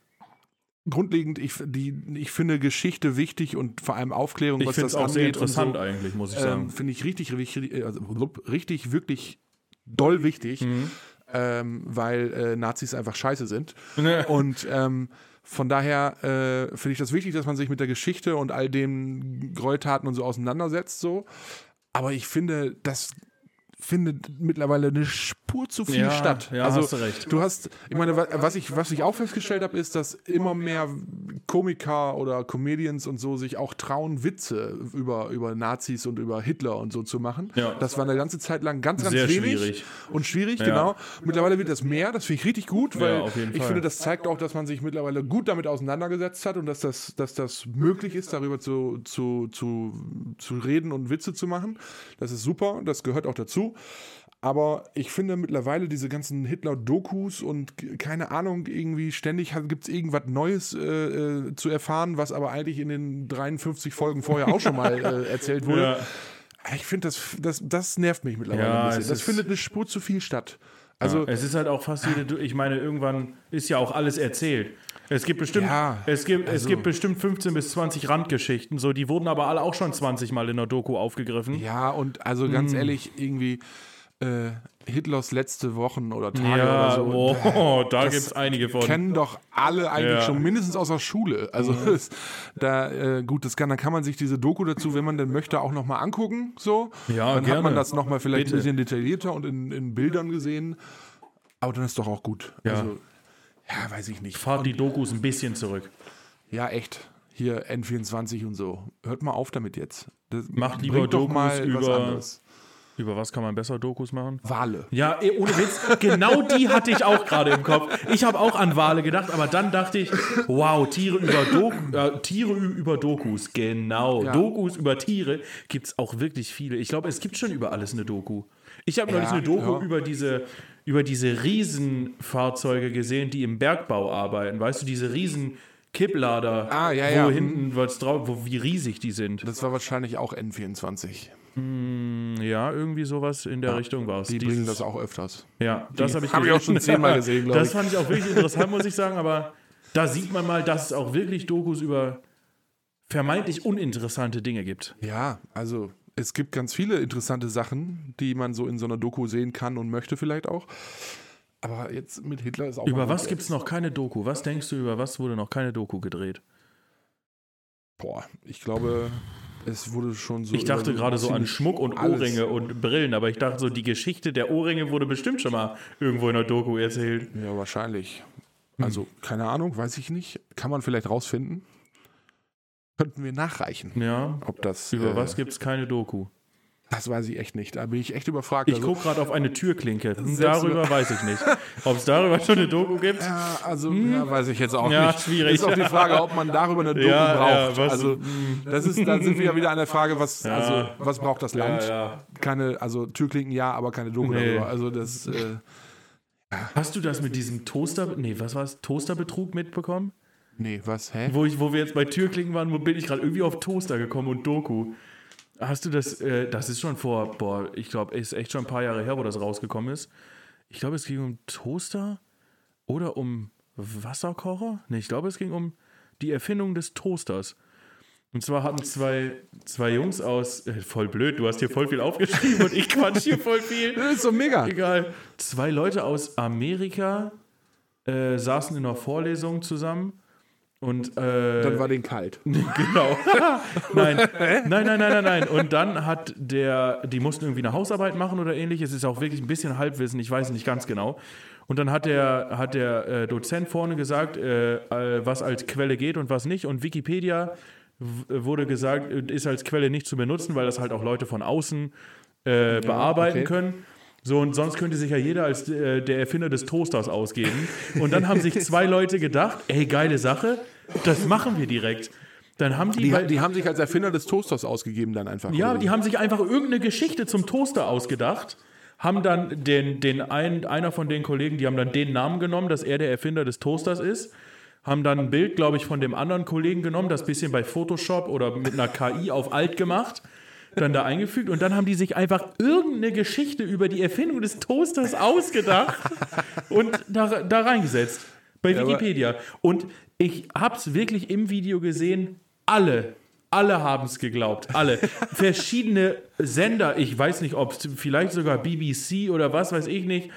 grundlegend, ich, die, ich finde Geschichte wichtig und vor allem Aufklärung,
Ich
was
finde es
das
auch
angeht.
sehr
und so.
interessant eigentlich, muss ich sagen.
ähm, finde ich richtig, richtig, also, blub, richtig, wirklich doll wichtig,
Mhm.
ähm, weil äh, Nazis einfach scheiße sind.
Ne.
Und ähm, von daher äh, finde ich das wichtig, dass man sich mit der Geschichte und all den Gräueltaten und so auseinandersetzt. So. Aber ich finde, das findet mittlerweile eine Spur zu viel
Ja,
statt.
ja,
also
hast du recht.
du hast, ich meine, wa- was ich, was ich auch festgestellt habe, ist, dass immer mehr Komiker oder Comedians und so sich auch trauen, Witze über, über Nazis und über Hitler und so zu machen.
Ja.
Das war eine ganze Zeit lang ganz, ganz
Sehr
wenig
schwierig.
und schwierig, genau. Mittlerweile wird das mehr, das finde ich richtig gut, weil
Ja, auf jeden
ich
Fall.
finde, das zeigt auch, dass man sich mittlerweile gut damit auseinandergesetzt hat und dass das, dass das möglich ist, darüber zu, zu, zu, zu reden und Witze zu machen. Das ist super, das gehört auch dazu. Aber ich finde mittlerweile diese ganzen Hitler-Dokus und k- keine Ahnung, irgendwie ständig gibt es irgendwas Neues äh, äh, zu erfahren, was aber eigentlich in den 53 Folgen vorher auch schon mal äh, erzählt wurde. Ah,
Ja.
Ich finde, das, das, das nervt mich mittlerweile
Ja,
ein
es
bisschen. Das
ist-
findet eine Spur zu viel statt. Also,
es ist halt auch fast jede, ich meine, irgendwann ist ja auch alles erzählt. Es gibt bestimmt,
Ja,
es gibt, es
also-
gibt bestimmt 15 bis 20 Randgeschichten, so, die wurden aber alle auch schon 20 Mal in der Doku aufgegriffen.
ja, und also
Mhm.
ganz ehrlich, irgendwie äh, Hitlers letzte Wochen oder Tage oder so.
oh, da
das
gibt es einige von.
kennen doch alle eigentlich
Ja. Mhm.
schon mindestens aus der Schule. Also es- da äh, gut, das kann, dann kann man sich diese Doku dazu, wenn man denn möchte, auch nochmal angucken. So,
Ja,
dann
gerne.
hat man das nochmal vielleicht ein
Bitte.
bisschen detaillierter und in, in Bildern gesehen. Aber dann ist doch auch gut.
Ja.
Also, ja, weiß ich nicht.
Fahrt die Dokus ein bisschen zurück.
Ja, echt. Hier N24 und so. Hört mal auf damit jetzt. Das
Macht lieber
bringt doch
Dokus
mal was
über-
anderes.
Über was kann man besser Dokus machen?
Wale.
Ja, eh, ohne Witz, genau die hatte ich auch gerade im Kopf. Ich habe auch an Wale gedacht, aber dann dachte ich, wow, Tiere über, Doku, äh, Tiere ü- über Dokus, genau.
Ja.
Dokus über Tiere gibt es auch wirklich viele. Ich glaube, es gibt schon über alles eine Doku. Ich habe neulich
Ja,
eine
ja.
Doku über, diese, über diese Riesenfahrzeuge gesehen, die im Bergbau arbeiten. Weißt du, diese riesen Kipplader,
Ah, ja, ja.
wo hinten was drauf, wo, wie riesig die sind.
Das war wahrscheinlich auch N24.
Ja, irgendwie sowas in der Richtung war es.
Die
Dieses-
bringen das auch öfters.
Ja, das habe ich,
hab ich auch schon
gesehen.
zehnmal gesehen, glaub
Das
ich.
fand ich auch wirklich interessant, muss ich sagen, aber da sieht man mal, dass es auch wirklich Dokus über vermeintlich uninteressante Dinge gibt.
Ja, also es gibt ganz viele interessante Sachen, die man so in so einer Doku sehen kann und möchte vielleicht auch. Aber jetzt mit Hitler ist auch.
Über
mal
was
gut,
gibt es noch keine Doku? Was denkst du, über was wurde noch keine Doku gedreht?
ey. Boah, ich glaube, es wurde schon so.
Ich dachte
über
gerade so an
ziemlich
Schmuck und
alles.
Ohrringe und Brillen, aber ich dachte so, die Geschichte der Ohrringe wurde bestimmt schon mal irgendwo in der Doku erzählt.
Ja, wahrscheinlich.
Hm.
Also, keine Ahnung, weiß ich nicht. Kann man vielleicht rausfinden. Könnten wir nachreichen,
Ja.
ob das.
Über
äh,
was gibt es keine Doku?
Das weiß ich echt nicht. Da bin ich echt überfragt.
Ich
also,
gucke gerade auf eine Türklinke. Hm,
Selbst
Darüber weiß ich nicht. Ob es darüber schon eine Doku gibt?
Ja, also ja, weiß ich jetzt auch
Hm? Ja,
nicht.
schwierig.
Ist auch die Frage, ob man darüber eine Doku
Ja, ja,
braucht.
was-
also
hm.
das ist, dann sind wir ja wieder an der Frage, was, also, was braucht das Land?
ja.
Keine, also Türklinken ja, aber keine Doku
Nee.
darüber. Also das, äh,
Hast du das mit diesem Toaster, nee, was war es, Toasterbetrug mitbekommen?
nee, was, hä?
Wo, ich, wo wir jetzt bei Türklingen waren, wo bin ich gerade irgendwie auf Toaster gekommen und Doku. Hast du das, äh, das ist schon vor, boah, ich glaube, ist echt schon ein paar Jahre her, wo das rausgekommen ist. Ich glaube, es ging um Toaster oder um Wasserkocher. Nee, ich glaube, es ging um die Erfindung des Toasters. Und zwar hatten zwei, zwei Jungs aus, äh, voll blöd, du hast hier voll viel aufgeschrieben und ich quatsch hier voll viel.
Das ist so mega.
Egal. Zwei Leute aus Amerika äh, saßen in einer Vorlesung zusammen und äh,
Dann war den kalt.
genau. nein. nein, nein, nein, nein, nein. Und dann hat der, die mussten irgendwie eine Hausarbeit machen oder ähnliches. Ist auch wirklich ein bisschen Halbwissen. Ich weiß nicht ganz genau. Und dann hat der, hat der äh, Dozent vorne gesagt, äh, äh, was als Quelle geht und was nicht. Und Wikipedia w- wurde gesagt, äh, ist als Quelle nicht zu benutzen, weil das halt auch Leute von außen äh, bearbeiten
okay.
können. So, und sonst könnte sich ja jeder als äh, der Erfinder des Toasters ausgeben. Und dann haben sich zwei Leute gedacht, ey, geile Sache, das machen wir direkt. Dann haben die,
Die,
weil-
die haben sich als Erfinder des Toasters ausgegeben dann einfach.
ja,
oder
die haben sich einfach irgendeine Geschichte zum Toaster ausgedacht, haben dann den, den ein, einer von den Kollegen, die haben dann den Namen genommen, dass er der Erfinder des Toasters ist, haben dann ein Bild, glaube ich, von dem anderen Kollegen genommen, das bisschen bei Photoshop oder mit einer KI auf alt gemacht, dann da eingefügt und dann haben die sich einfach irgendeine Geschichte über die Erfindung des Toasters ausgedacht und da, da reingesetzt. Bei
aber-
Wikipedia. Und ich hab's wirklich im Video gesehen. Alle, alle haben es geglaubt. Alle. Verschiedene Sender, ich weiß nicht, ob vielleicht sogar BBC oder was weiß ich nicht,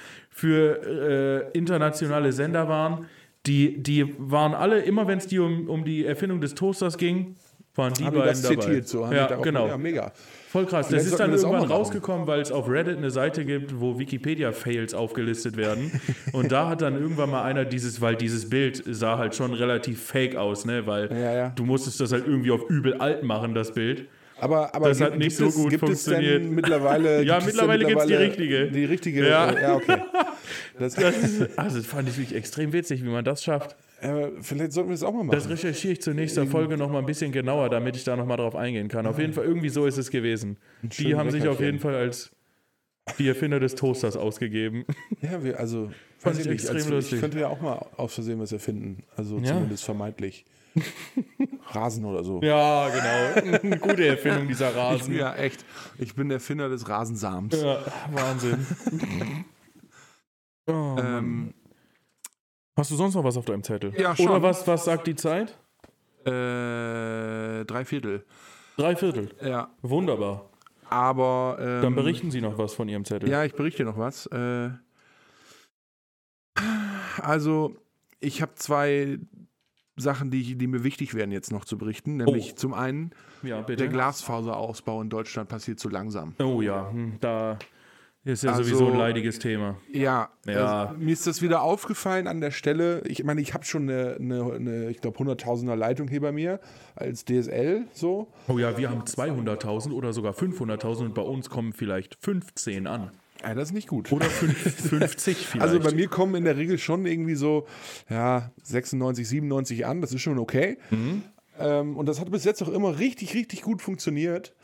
für äh, internationale Sender waren. Die, die waren alle, immer wenn es die um, um die Erfindung des Toasters ging, waren die
Haben die
beiden
das
dabei.
zitiert so? Haben die
ja,
darauf-
genau.
Ja, mega.
Voll krass. Das
Vielleicht
ist
sollten
dann
wir das auch mal
irgendwann
machen.
rausgekommen, weil es auf Reddit eine Seite gibt, wo Wikipedia-Fails aufgelistet werden. Und da hat dann irgendwann mal einer dieses, weil dieses Bild sah halt schon relativ fake aus, ne? Weil
Ja, ja.
du musstest das halt irgendwie auf übel alt machen, das Bild.
Aber, aber
Das hat nicht so gut
gibt Es
funktioniert.
denn mittlerweile, gibt es
Ja,
denn
mittlerweile gibt's die richtige.
Die richtige,
Ja.
äh, ja okay. Das,
Also das fand ich wirklich extrem witzig, wie man das schafft.
äh, vielleicht sollten wir es auch mal machen.
Das recherchiere ich zur nächsten Folge nochmal ein bisschen genauer, damit ich da nochmal drauf eingehen kann. Auf jeden Fall, irgendwie so ist es gewesen. Die
schönen
haben sich auf
Leckerchen.
jeden Fall als die Erfinder des Toasters ausgegeben.
Ja, wir, also,
Fand
weiß
ich
ich nicht,
extrem
als,
lustig.
Ich könnte ja auch mal aus Versehen was erfinden. Also
Ja.
zumindest vermeintlich. Rasen oder so.
Ja, genau. Eine gute Erfindung dieser
Ich bin ja echt. Ich bin der Erfinder des Rasensamens.
Ja, Wahnsinn. Oh,
Ähm,
Hast du sonst noch was auf deinem Zettel?
Ja, schon.
Oder was, was sagt die Zeit?
äh, drei Viertel.
Drei Viertel.
Ja,
Wunderbar.
aber. Ähm,
Dann berichten Sie noch was von Ihrem Zettel.
Ja, ich berichte noch was. Äh, also, ich habe zwei Sachen, die, ich- die mir wichtig wären, jetzt noch zu berichten. Nämlich
Oh.
zum einen,
Ja,
der
bitte.
Glasfaserausbau in Deutschland passiert zu langsam.
oh ja, hm, da ist ja
Also-
sowieso ein leidiges Thema.
Ja,
Ja.
Also, mir ist das wieder aufgefallen an der Stelle. Ich meine, ich habe schon eine, eine, eine ich glaube, 100.000er Leitung hier bei mir als DSL so.
Oh ja, wir haben 200.000 oder sogar 500.000 und bei uns kommen vielleicht 15 an.
Ja, das ist nicht gut.
Oder fünf- 50 vielleicht.
Also bei mir kommen in der Regel schon irgendwie so ja, 96, 97 an. Das ist schon okay. Ähm, und das hat bis jetzt auch immer richtig, richtig gut funktioniert.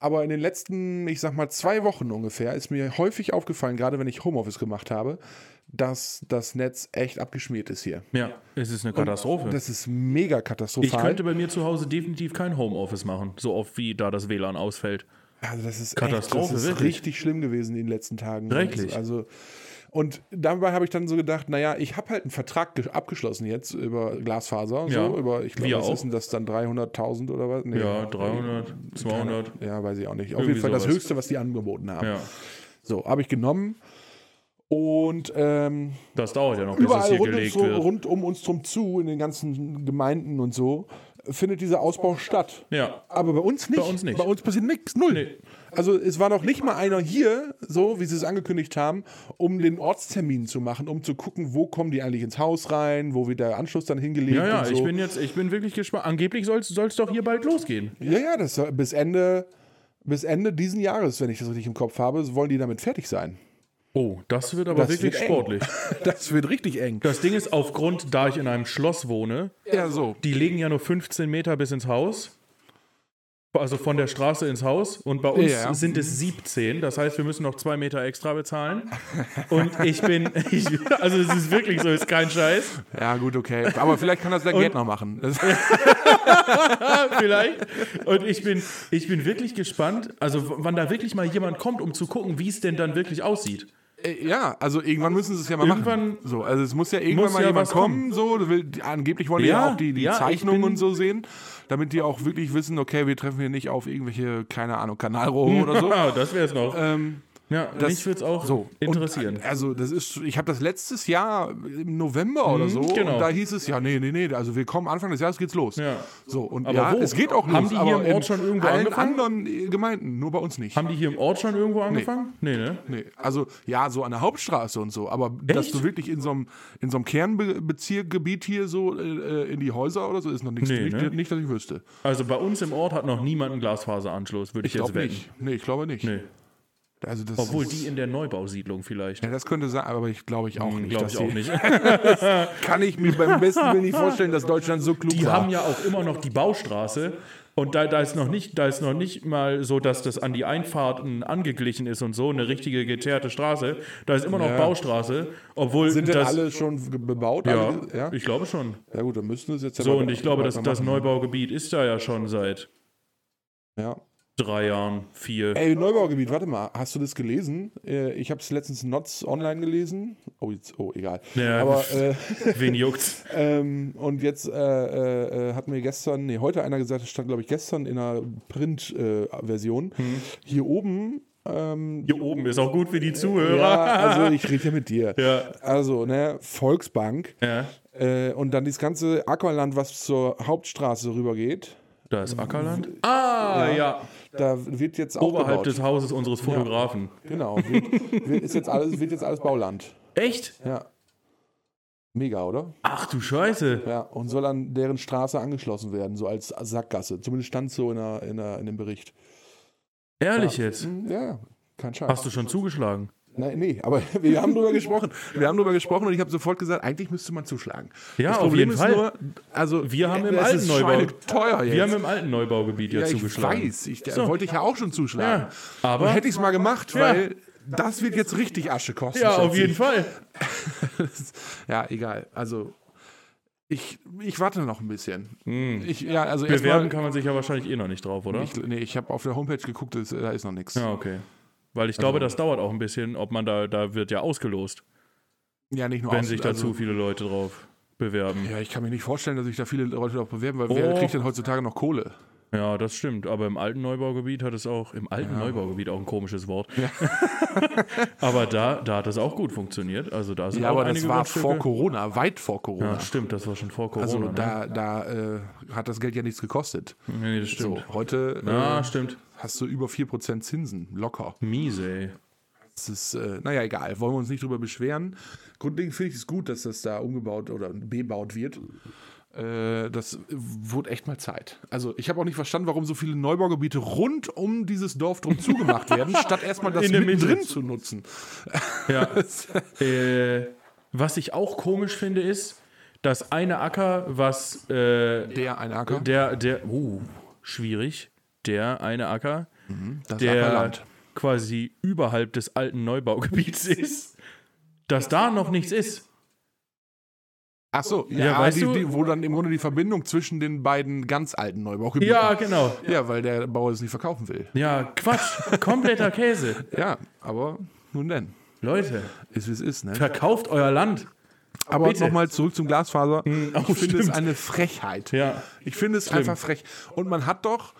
Aber in den letzten, ich sag mal, zwei Wochen ungefähr ist mir häufig aufgefallen, gerade wenn ich Homeoffice gemacht habe, dass das Netz echt abgeschmiert ist hier.
ja, es ist eine Katastrophe.
Das ist mega
ich
katastrophal.
könnte bei mir zu Hause definitiv kein Homeoffice machen, so oft wie da das WLAN ausfällt.
Also das ist
Katastrophe,
echt, das ist
wirklich.
richtig schlimm gewesen in den letzten Tagen.
Schrecklich.
Also und dabei habe ich dann so gedacht, naja, ich habe halt einen Vertrag ge- abgeschlossen jetzt über Glasfaser und
Ja,
so, über ich glaube,
wir
was
auch.
ist denn das dann 300.000 oder was? Nee.
Ja, 300, 200.
Ja, weiß ich auch nicht. Auf
Irgendwie
jeden Fall das
sowas.
höchste, was die angeboten haben.
Ja,
So, habe ich genommen und ähm,
das dauert ja noch, bis
überall
das hier
rund, uns,
gelegt
drum-
wird.
rund um uns drum zu in den ganzen Gemeinden und so findet dieser Ausbau statt.
Ja,
Aber bei uns nicht.
Bei uns nicht.
Bei uns passiert nichts, null.
Nee.
Also es war noch nicht mal einer hier, so wie sie es angekündigt haben, um den Ortstermin zu machen, um zu gucken, wo kommen die eigentlich ins Haus rein, wo wird der Anschluss dann hingelegt
ja, ja,
und so.
ich bin jetzt, ich bin wirklich gespannt. Angeblich soll es doch hier bald losgehen.
ja, ja, das soll bis Ende, bis Ende diesen Jahres, wenn ich das richtig im Kopf habe, wollen die damit fertig sein.
Oh, das wird aber
Das
wirklich
wird eng.
sportlich.
Das wird richtig eng.
Das Ding ist, aufgrund, da ich in einem Schloss wohne,
Ja, so.
die legen ja nur 15 Meter bis ins Haus. Also von der Straße ins Haus. Und bei uns
Ja.
sind es 17. Das heißt, wir müssen noch zwei Meter extra bezahlen. Und ich bin, ich, also es ist wirklich so, ist kein Scheiß.
Ja, gut, okay. Aber vielleicht kann das der Gärtner machen. Das,
Vielleicht. Und ich bin, ich bin wirklich gespannt, also w- wann da wirklich mal jemand kommt, um zu gucken, wie es denn dann wirklich aussieht.
Äh, Ja, also irgendwann müssen sie es ja mal
Irgendwann
machen. So, also es muss ja irgendwann
muss
mal
ja
jemand
was
kommen. So, das will, die- angeblich wollen ja,
Ja,
ja auch die, die
ja, ich
Zeichnungen
bin-
und so sehen, damit die auch wirklich wissen, okay, wir treffen hier nicht auf irgendwelche, keine Ahnung, Kanalrohre oder so.
Ah, das wäre es noch.
Ähm,
ja, mich würde es auch
so.
interessieren.
Und, äh, also das ist, ich habe das letztes Jahr im November oder so.
genau.
Und da hieß es ja, nee, nee, nee, also wir kommen Anfang des Jahres geht's los.
Ja.
So und
Aber
ja,
wo?
es geht auch los.
Haben die hier
aber
im Ort schon irgendwo
allen
angefangen?
anderen äh, Gemeinden, nur bei uns nicht.
Haben die hier im Ort schon irgendwo angefangen? Nee, ne?
Nee, also ja, so an der Hauptstraße und so, aber dass
Echt?
du wirklich in so einem, in so einem Kernbezirkgebiet hier so äh, in die Häuser oder so ist noch nichts.
Nee,
nicht,
ne?
nicht, dass ich wüsste.
Also bei uns im Ort hat noch niemand einen Glasfaseranschluss, würde ich,
Ich
jetzt
glaube
wetten.
nicht. Nee, ich glaube nicht.
Nee.
Also das
Obwohl
ist,
die in der Neubausiedlung vielleicht.
ja, das könnte sein, aber ich glaube ich auch nicht.
Glaube
dass
ich auch
die-
nicht.
Kann ich mir beim besten Willen nicht vorstellen, dass Deutschland so klug
Die
war.
haben ja auch immer noch die Baustraße und da, da, ist noch nicht, da ist noch nicht mal so, dass das an die Einfahrten angeglichen ist und so, eine richtige geteerte Straße. Da ist immer noch Baustraße, obwohl
Sind denn
das.
alle schon ge- bebaut?
ja,
Alle- ja?
ich glaube schon.
ja gut, dann müssten es jetzt
So,
aber-
und ich glaube, das,
aber
das
machen.
Neubaugebiet ist da ja schon seit
Ja.
drei Jahren, vier.
Ey, Neubaugebiet, warte mal, hast du das gelesen? Äh, Ich habe es letztens Notz online gelesen. Oh, jetzt, oh egal.
Ja.
Aber äh,
Wen juckt's?
Ähm, und jetzt äh, äh, äh, hat mir gestern, nee, heute einer gesagt, das stand, glaube ich, gestern in einer Print-Version.
Mhm.
Hier oben. Ähm,
Hier oben ist auch gut für die
ja,
Zuhörer.
also ich rede ja mit dir.
Ja.
Also, ne, Volksbank.
Ja.
Äh, und dann das ganze Ackerland, was zur Hauptstraße rübergeht.
Da ist Ackerland. Ah, ja.
Da wird jetzt auch
Oberhalb
gebaut.
des Hauses unseres Fotografen.
Genau. Wird, wird, ist jetzt alles, wird jetzt alles Bauland.
Echt?
Ja. Mega, oder?
Ach du Scheiße.
Ja, und soll an deren Straße angeschlossen werden, so als Sackgasse. Zumindest stand so in, der, in, der, in dem Bericht.
Ehrlich jetzt.
Ja, ja, kein Scheiß.
Hast du schon zugeschlagen?
Nein, nee, aber wir haben drüber gesprochen. Wir haben drüber gesprochen und ich habe sofort gesagt, eigentlich müsste man zuschlagen.
Ja,
das
auf
Problem
jeden
ist
Fall.
nur, also
Wir haben im
es
alten
ist
Neubau-
teuer jetzt.
Wir haben im alten Neubaugebiet ja,
ja, ich
zugeschlagen.
weiß, ich da wollte ich ja auch schon zuschlagen.
Ja, aber-
Und hätte ich es mal gemacht,
Ja.
weil das wird jetzt richtig Asche kosten.
Ja, auf
schätze
jeden
ich.
Fall.
Ja, egal. Also ich, ich warte noch ein bisschen.
Hm.
Ich, ja, also
Bewerben
erstmal,
kann man sich ja wahrscheinlich eh noch nicht drauf, oder?
ich, nee, ich habe auf der Homepage geguckt, es- da ist noch nichts. Also-
Ja, okay. Weil ich glaube, das dauert auch ein bisschen, ob man da, da wird ja ausgelost.
Ja, nicht nur
wenn
aus- also-
sich da zu viele Leute drauf bewerben.
Ja, ich kann mir nicht vorstellen, dass sich da viele Leute drauf bewerben, weil wer
Oh.
kriegt denn heutzutage noch Kohle?
Ja, das stimmt. Aber im alten Neubaugebiet hat es auch, im alten Neubaugebiet auch ein komisches Wort. aber da, da hat es auch gut funktioniert. Also da sind
Ja,
auch
aber
einige
das war
Grundstücke-
vor Corona, weit vor Corona.
Ja, stimmt, das war schon vor Corona.
also
ne?
da, da äh, hat das Geld ja nichts gekostet.
nee, das stimmt.
So, heute
Ja,
äh,
stimmt.
hast du über 4% Zinsen, locker.
Miese, ey.
Das ist, äh, naja, egal, wollen wir uns nicht drüber beschweren. Grundlegend finde ich es gut, dass das da umgebaut oder bebaut wird. Äh, das wurde echt mal Zeit. Also, ich habe auch nicht verstanden, warum so viele Neubaugebiete rund um dieses Dorf drum zugemacht werden, statt erstmal das
In der Mitte.
mittendrin zu nutzen.
Ja. äh, was ich auch komisch finde, ist, dass eine Acker, was äh,
Der ein Acker,
der, der, uh, schwierig, der eine Acker,
das
der
Ackerland.
quasi überhalb des alten Neubaugebiets ist, dass da noch nichts ist.
Ach so, ja,
weißt
die,
du-
die, wo dann im Grunde die Verbindung zwischen den beiden ganz alten Neubaugebieten.
Ja, genau.
ja, weil der Bauer es nicht verkaufen will.
Ja, Quatsch, kompletter Käse.
Ja, aber nun denn.
Leute,
Ist wie es ist, ne?
verkauft euer Land.
Aber
Bitte.
nochmal zurück zum Glasfaser.
oh,
ich finde es
stimmt.
eine Frechheit.
Ja.
Ich finde es einfach frech. Und man hat doch,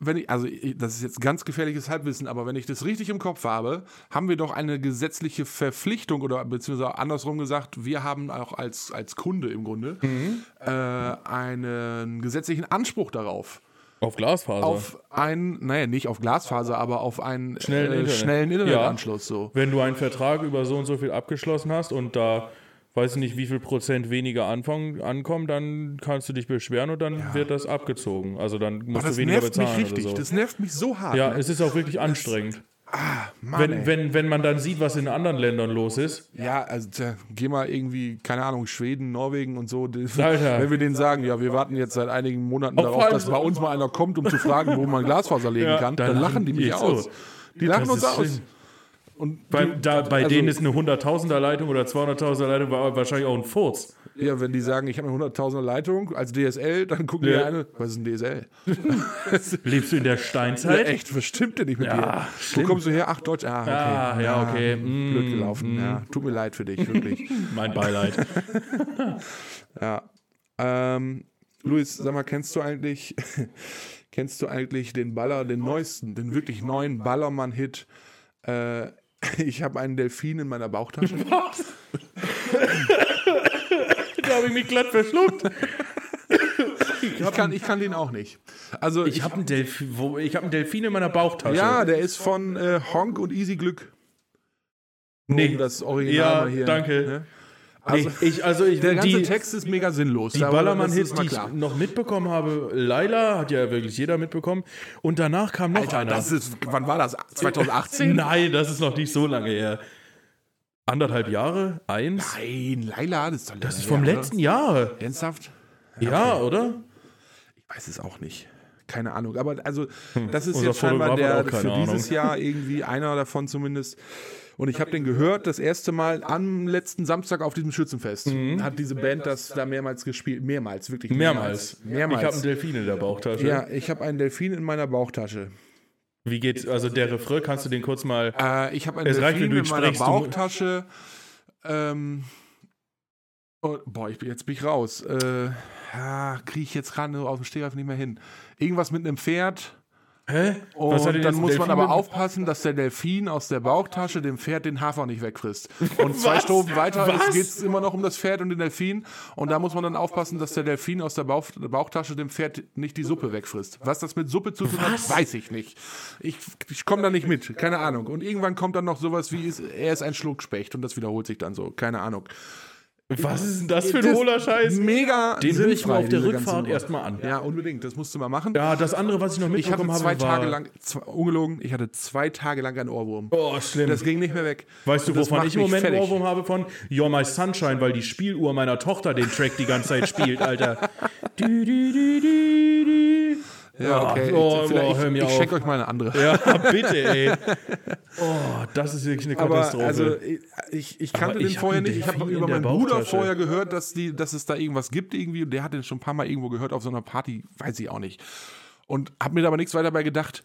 wenn ich, also ich- das ist jetzt ganz gefährliches Halbwissen, aber wenn ich das richtig im Kopf habe, haben wir doch eine gesetzliche Verpflichtung oder beziehungsweise andersrum gesagt, wir haben auch als, als Kunde im Grunde
Mhm.
äh, einen gesetzlichen Anspruch darauf.
Auf Glasfaser.
Auf einen, naja, nicht auf Glasfaser, aber auf einen
Schnellen
äh,
Internet.
schnellen Internetanschluss. So.
Wenn du einen Vertrag über so und so viel abgeschlossen hast und da weiß ich nicht, wie viel Prozent weniger anfangen, ankommen, dann kannst du dich beschweren und dann wird das abgezogen. Also dann musst
Das
du weniger
nervt mich
bezahlen
richtig.
oder so.
Das nervt mich so hart.
Ja,
ne?
es ist auch wirklich anstrengend.
Mann, ey.
Wenn, wenn, wenn man dann sieht, was in anderen Ländern los ist,
Ja, also tja, geh mal irgendwie, keine Ahnung, Schweden, Norwegen und so. Die-
Alter.
Wenn wir denen sagen, ja, wir warten jetzt seit einigen Monaten
Auf
darauf,
allem
dass
so-
bei uns mal einer kommt, um zu fragen, wo man Glasfaser legen
Ja,
kann,
dann
dann lachen die mich
geht's
aus.
so.
Die lachen
Das
uns
ist
aus.
schlimm.
Und
bei,
die-
da, bei
also,
denen ist eine 100.000er Leitung oder 200.000er Leitung wa- wahrscheinlich auch ein Furz.
Ja, wenn die sagen, ich habe eine 100.000er Leitung als DSL, dann gucken
Ja.
die eine, was ist ein DSL?
Lebst du in der Steinzeit?
Echt, was stimmt denn nicht mit
Ja,
dir? Wo kommst du her? Ach, Deutsch. Ah, okay.
Ah, ja, okay. Mm,
Blöd gelaufen. Ja, tut mir leid für dich, wirklich.
mein Beileid.
Ähm, Luis, sag mal, kennst du eigentlich, kennst du eigentlich den Baller, den neuesten, den wirklich neuen Ballermann-Hit? Äh, ich habe einen Delfin in meiner Bauchtasche.
da habe ich mich glatt verschluckt.
Ich kann, ich kann den auch nicht. Also ich,
Ich habe einen Delfin, wo- ich hab einen Delfin in meiner Bauchtasche.
ja, der ist von äh, Honk und Easy Glück. Nur
Nee.
um das Original
Ja,
mal hier.
danke.
ne?
Also,
Also
ich, also ich,
der ganze
die,
Text ist mega sinnlos.
die Ballermann-Hits, die ich noch mitbekommen habe, Laila hat ja wirklich jeder mitbekommen. Und danach kam noch
Alter,
einer.
das ist, wann war das? 2018?
Nein, das ist noch nicht so lange her. Anderthalb Jahre? Eins?
Nein, Laila, das ist doch
Das ist vom letzten Jahr.
Ernsthaft?
Ja, oder?
weiß es auch nicht. Keine Ahnung. Aber also, das ist
Hm. Unser
jetzt scheinbar
Fotograf hat
der
auch keine
für dieses
Ahnung.
Jahr irgendwie einer davon zumindest. Und ich habe den gehört, das erste Mal am letzten Samstag auf diesem Schützenfest.
Mhm.
Hat diese Band das da mehrmals gespielt. Mehrmals, wirklich.
Mehrmals.
Mehrmals.
Ich habe einen Delfin in der Bauchtasche.
ja, ich habe einen Delfin in meiner Bauchtasche.
Wie geht's? Also der Refrain, kannst du den kurz mal.
Äh, ich habe einen
Es reicht,
Delfin
wenn du
in
ihn
meiner
sprichst, du-
Bauchtasche. Ähm, und, boah, ich bin, jetzt bin ich raus. Äh, ja, Kriege ich jetzt gerade aus dem Stehreif nicht mehr hin. Irgendwas mit einem Pferd.
Hä? Was hat
Und
denn
dann
jetzt
muss
ein
man
Delfin
aber
mit-
aufpassen, dass der Delfin aus der Bauchtasche dem Pferd den Hafer nicht wegfrisst. Und zwei Stufen weiter
Was?
geht es immer noch um das Pferd und den Delfin. Und da muss man dann aufpassen, dass der Delfin aus der Bauch, Bauchtasche dem Pferd nicht die Suppe wegfrisst. Was das mit Suppe zu tun
Was?
hat, weiß ich nicht. Ich, ich komme da nicht mit, keine Ahnung. Und irgendwann kommt dann noch sowas wie, ist, er ist ein Schluckspecht. Und das wiederholt sich dann so, keine Ahnung.
Was ist denn das für
Das-
ein hohler Scheiß?
Mega
Den höre ich mal
sinnfrei,
auf der
diese ganzen
Rückfahrt
Worte.
erstmal an.
Ja, unbedingt, das musst du mal machen.
Ja, das andere, was ich noch
Ich hatte
mitbekommen
zwei
habe, war.
Tage lang, zwei, ungelogen, ich hatte zwei Tage lang einen Ohrwurm.
Oh, schlimm.
Das ging nicht mehr weg.
Weißt du,
Das
wovon
macht
ich im
mich
Moment
fertig.
Ohrwurm habe von? You're My Sunshine, weil die Spieluhr meiner Tochter den Track die ganze Zeit spielt, Alter. Du, du, du, du, du.
Ja, okay.
Oh,
ich
oh, hör
vielleicht,
mir
ich
auf.
schenke euch mal eine andere.
Ja, bitte, ey. Oh, das ist wirklich eine
Aber
Katastrophe.
also ich, ich kannte
Aber
den
ich hab
vorher
einen
nicht. Ich habe
Delfin
über
in der
meinen Bruder
Bauchtasche.
vorher gehört, dass, die, dass es da irgendwas gibt irgendwie. Und der hat den schon ein paar Mal irgendwo gehört auf so einer Party. Weiß ich auch nicht. Und habe mir da aber nichts weiter dabei gedacht.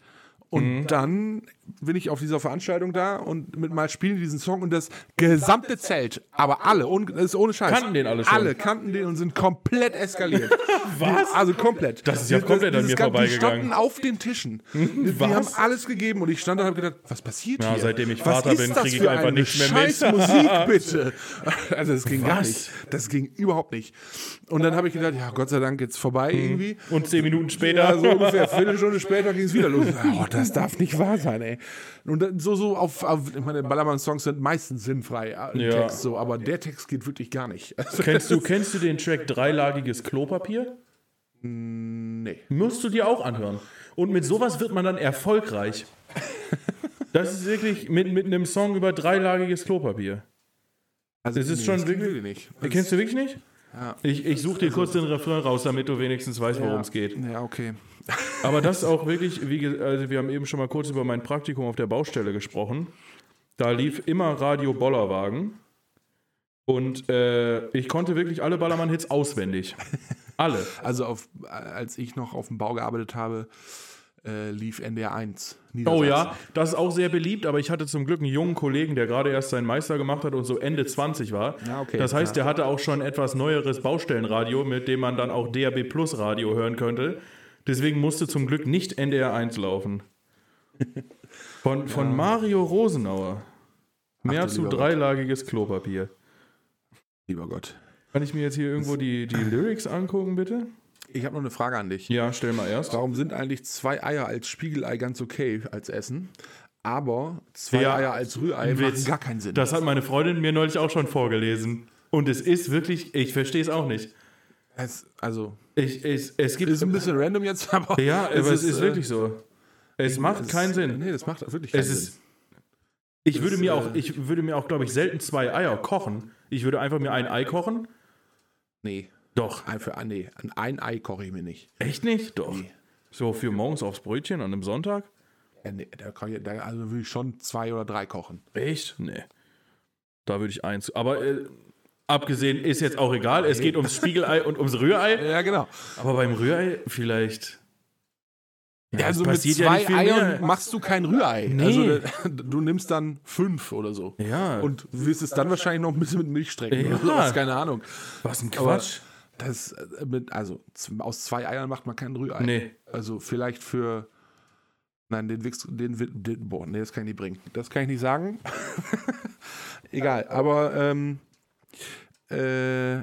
Mhm.
Und dann bin ich auf dieser Veranstaltung da und mit mal spielen die diesen Song und das gesamte Zelt, aber alle, ohne, das ist ohne Scheiß.
Kannten den alle schon?
Alle kannten den und sind komplett eskaliert. Was? Also komplett.
Das ist ja komplett an
dieses
mir
Gan-
vorbeigegangen.
Die standen auf den Tischen. Die, die haben
Was?
alles gegeben und ich stand da und habe gedacht, was passiert
Ja,
hier?
seitdem ich
was
Vater
ist
bin,
das
krieg ich
für
einfach
eine
nichts mehr mit.
Scheiß Musik, bitte. Also das ging gar
Was?
nicht. Das ging überhaupt nicht. Und dann habe ich gedacht, ja, Gott sei Dank jetzt vorbei
Hm.
irgendwie.
Und zehn Minuten später.
Ja, so ungefähr. Viertelstunde später ging es wieder los. Oh, das darf nicht wahr sein, ey. Und dann so, so auf, auf ich meine, Ballermann-Songs sind meistens sinnfrei äh, im
Ja.
Text so, aber der Text geht wirklich gar nicht. Also,
Kennst du, kennst du den Track Dreilagiges Klopapier?
nee.
Musst du dir auch anhören. Und mit sowas wird man dann erfolgreich. Das ist wirklich mit, mit einem Song über dreilagiges Klopapier.
Also,
Es ist
nee,
schon
das
wirklich-
geht nicht. Das-
Kennst du wirklich nicht? Ich, ich suche dir kurz den Refrain raus, damit du wenigstens weißt, worum es geht.
Ja, okay.
Aber das auch wirklich, wie, ge- also wir haben eben schon mal kurz über mein Praktikum auf der Baustelle gesprochen. Da lief immer Radio Bollerwagen. Und äh, ich konnte wirklich alle Ballermann-Hits auswendig. Alle.
Also, auf, als ich noch auf dem Bau gearbeitet habe, äh, lief NDR 1.
Oh
Niedersachsen.
ja, das ist auch sehr beliebt, aber ich hatte zum Glück einen jungen Kollegen, der gerade erst seinen Meister gemacht hat und so Ende 20 war.
Ja, okay.
das heißt, der hatte auch schon etwas neueres Baustellenradio, mit dem man dann auch DAB Plus Radio hören könnte. Deswegen musste zum Glück nicht NDR 1 laufen. Von, von Mario Rosenauer. Mehr
du
zu
lieber Gott.
dreilagiges Klopapier.
Lieber Gott.
Kann ich mir jetzt hier irgendwo die, die Lyrics angucken, bitte?
Ich habe noch eine Frage an dich.
Ja, stell mal erst.
Warum sind eigentlich zwei Eier als Spiegelei ganz okay als Essen, aber zwei
Ja,
Eier als Rührei machen
Witz.
gar keinen Sinn?
Das hat meine Freundin mir neulich auch schon vorgelesen. Und es ist wirklich, ich verstehe es auch nicht.
Es, also,
Ich, ich, es gibt.
ist ein bisschen random jetzt, aber.
ja, es, ist,
äh,
wirklich so. Es macht
es-
keinen Sinn.
Nee, das macht wirklich keinen
Es
Sinn.
ist. Ich würde
ist,
mir
äh,
auch, ich würde mir auch, glaube ich, selten zwei Eier kochen. Ich würde einfach mir ein Ei kochen.
Nee,
Doch.
ein, für, ah, nee, ein, ein Ei koche ich mir nicht.
Echt nicht? Doch. So für morgens aufs Brötchen an einem Sonntag?
Äh, nee, da kann ich, da, also würde ich schon zwei oder drei kochen.
Echt? Nee. Da würde ich eins. Aber äh, abgesehen ist jetzt auch egal. Es geht ums Spiegelei und ums Rührei.
Ja, genau.
Aber beim Rührei vielleicht. Ja,
also
es
mit
passiert
zwei
ja nicht viel
Eiern
mehr.
machst du kein Rührei.
Nee.
Also, da- du nimmst dann fünf oder so.
Ja.
Und wirst es dann wahrscheinlich noch ein bisschen mit Milch strecken.
Ja.
Oder sowas, keine Ahnung.
was ein
Aber
Quatsch.
Das äh, mit, also z- aus zwei Eiern macht man kein Rührei.
Nee.
Also vielleicht für. Nein, den Wichs, den, Wi- den boah, nee, das kann ich nicht bringen. Das kann ich nicht sagen. Egal, aber ähm, äh,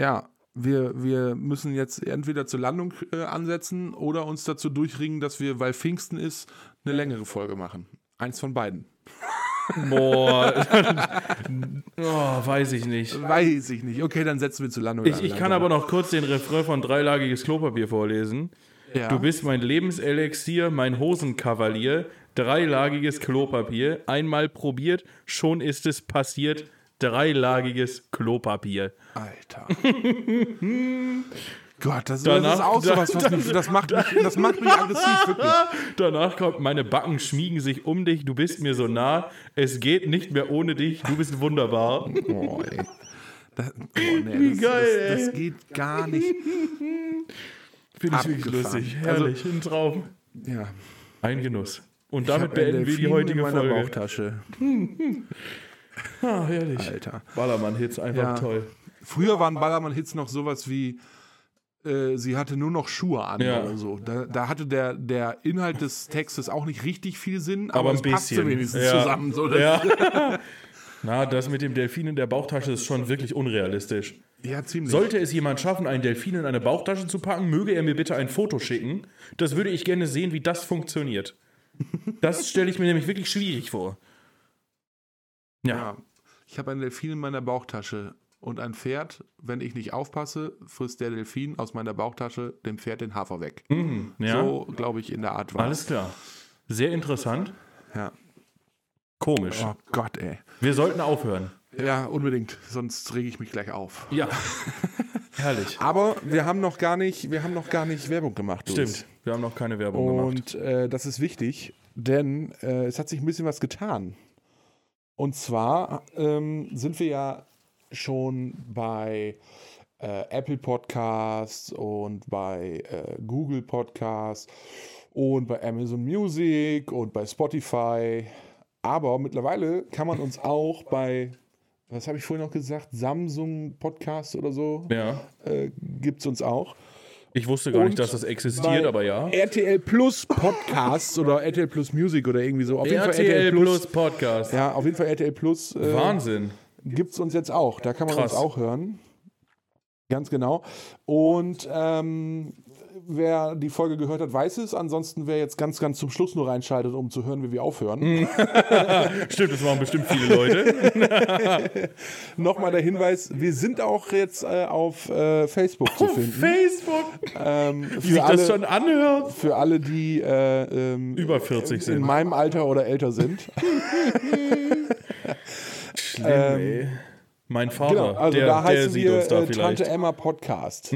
ja, wir, wir müssen jetzt entweder zur Landung äh, ansetzen oder uns dazu durchringen, dass wir, weil Pfingsten ist, eine längere Folge machen. Eins von beiden.
Boah. oh, weiß ich nicht.
Weiß ich nicht. Okay, dann setzen wir zur Landung
Ich, ich kann aber noch kurz den Refrain von Dreilagiges Klopapier vorlesen.
ja.
Du bist mein Lebenselixier, mein Hosenkavalier. Dreilagiges Klopapier. Einmal probiert, schon ist es passiert. Dreilagiges Klopapier.
Alter. Gott, das, das
Danach-
ist auch
da-
sowas, was mich, das, macht mich, das macht mich aggressiv, wirklich.
Danach kommt, meine Backen schmiegen sich um dich, du bist mir so nah. Es geht nicht mehr ohne dich, du bist wunderbar.
Oh, ey. Das, oh, nee, das,
geil,
das,
ey.
das geht gar nicht.
Finde ich
Abgefahren.
wirklich lustig.
Also-
Herrlich, ein Traum.
Ja.
Ein Genuss. Und
Ich
damit
hab einen
beenden wir die
Delfin
heutige
in meiner
Folge.
Bauchtasche.
Ah, herrlich.
Alter.
Ballermann-Hits, einfach
Ja.
toll.
Früher waren Ballermann-Hits noch sowas wie, äh, sie hatte nur noch Schuhe an
Ja.
oder so. Da, da hatte der, der Inhalt des Textes auch nicht richtig viel Sinn, aber,
Aber
es
ein bisschen.
passte wenigstens
Ja.
zusammen. So, das,
Ja. Na, das mit dem Delfin in der Bauchtasche ist schon wirklich unrealistisch.
ja, ziemlich.
Sollte es jemand schaffen, einen Delfin in eine Bauchtasche zu packen, möge er mir bitte ein Foto schicken. Das würde ich gerne sehen, wie das funktioniert. Das stelle ich mir nämlich wirklich schwierig vor. Ja.
Ja. Ich habe einen Delfin in meiner Bauchtasche und ein Pferd. Wenn ich nicht aufpasse, frisst der Delfin aus meiner Bauchtasche dem Pferd den Hafer weg.
Mhm. ja.
So, glaube ich, in der Art war.
Alles klar. Sehr interessant.
Ja.
Komisch.
Oh Gott, ey.
Wir sollten aufhören.
Ja, unbedingt. Sonst rege ich mich gleich auf.
Ja. Herrlich.
Aber wir haben noch gar nicht, wir haben noch gar nicht Werbung gemacht. Louis.
Stimmt. Wir haben noch keine Werbung
Und
gemacht.
äh, das ist wichtig, denn äh, es hat sich ein bisschen was getan. Und zwar ähm, sind wir ja schon bei äh, Apple Podcasts und bei äh, Google Podcasts und bei Amazon Music und bei Spotify. Aber mittlerweile kann man uns auch bei, was habe ich vorhin noch gesagt, Samsung Podcast oder so,
Ja.
äh, gibt es uns auch.
Ich wusste gar
Und
nicht, dass das existiert,
bei
aber ja.
RTL Plus Podcasts oder RTL Plus Music oder irgendwie so. Auf jeden Fall RTL Plus.
Podcast.
Ja, auf jeden Fall RTL Plus. äh,
Wahnsinn.
gibt es uns jetzt auch. Da kann man
Krass.
uns auch hören. Ganz genau. Und ähm, wer die Folge gehört hat, weiß es. Ansonsten, wer jetzt ganz, ganz zum Schluss nur reinschaltet, um zu hören, wie wir aufhören.
Mhm. Stimmt, das machen bestimmt viele Leute.
Nochmal der Hinweis: Wir sind auch jetzt äh, auf äh, Facebook zu finden.
Oh, Facebook.
Ähm,
Wie sich
für,
das
alle,
schon anhört.
für alle, die äh, ähm,
Über 40
in
sind.
meinem Alter oder älter sind.
Schlimm, ey. Mein Vater,
Genau, also
der,
da
der
heißen
sieht
wir
uns da
äh,
vielleicht. Mhm.
Tante Emma Podcast.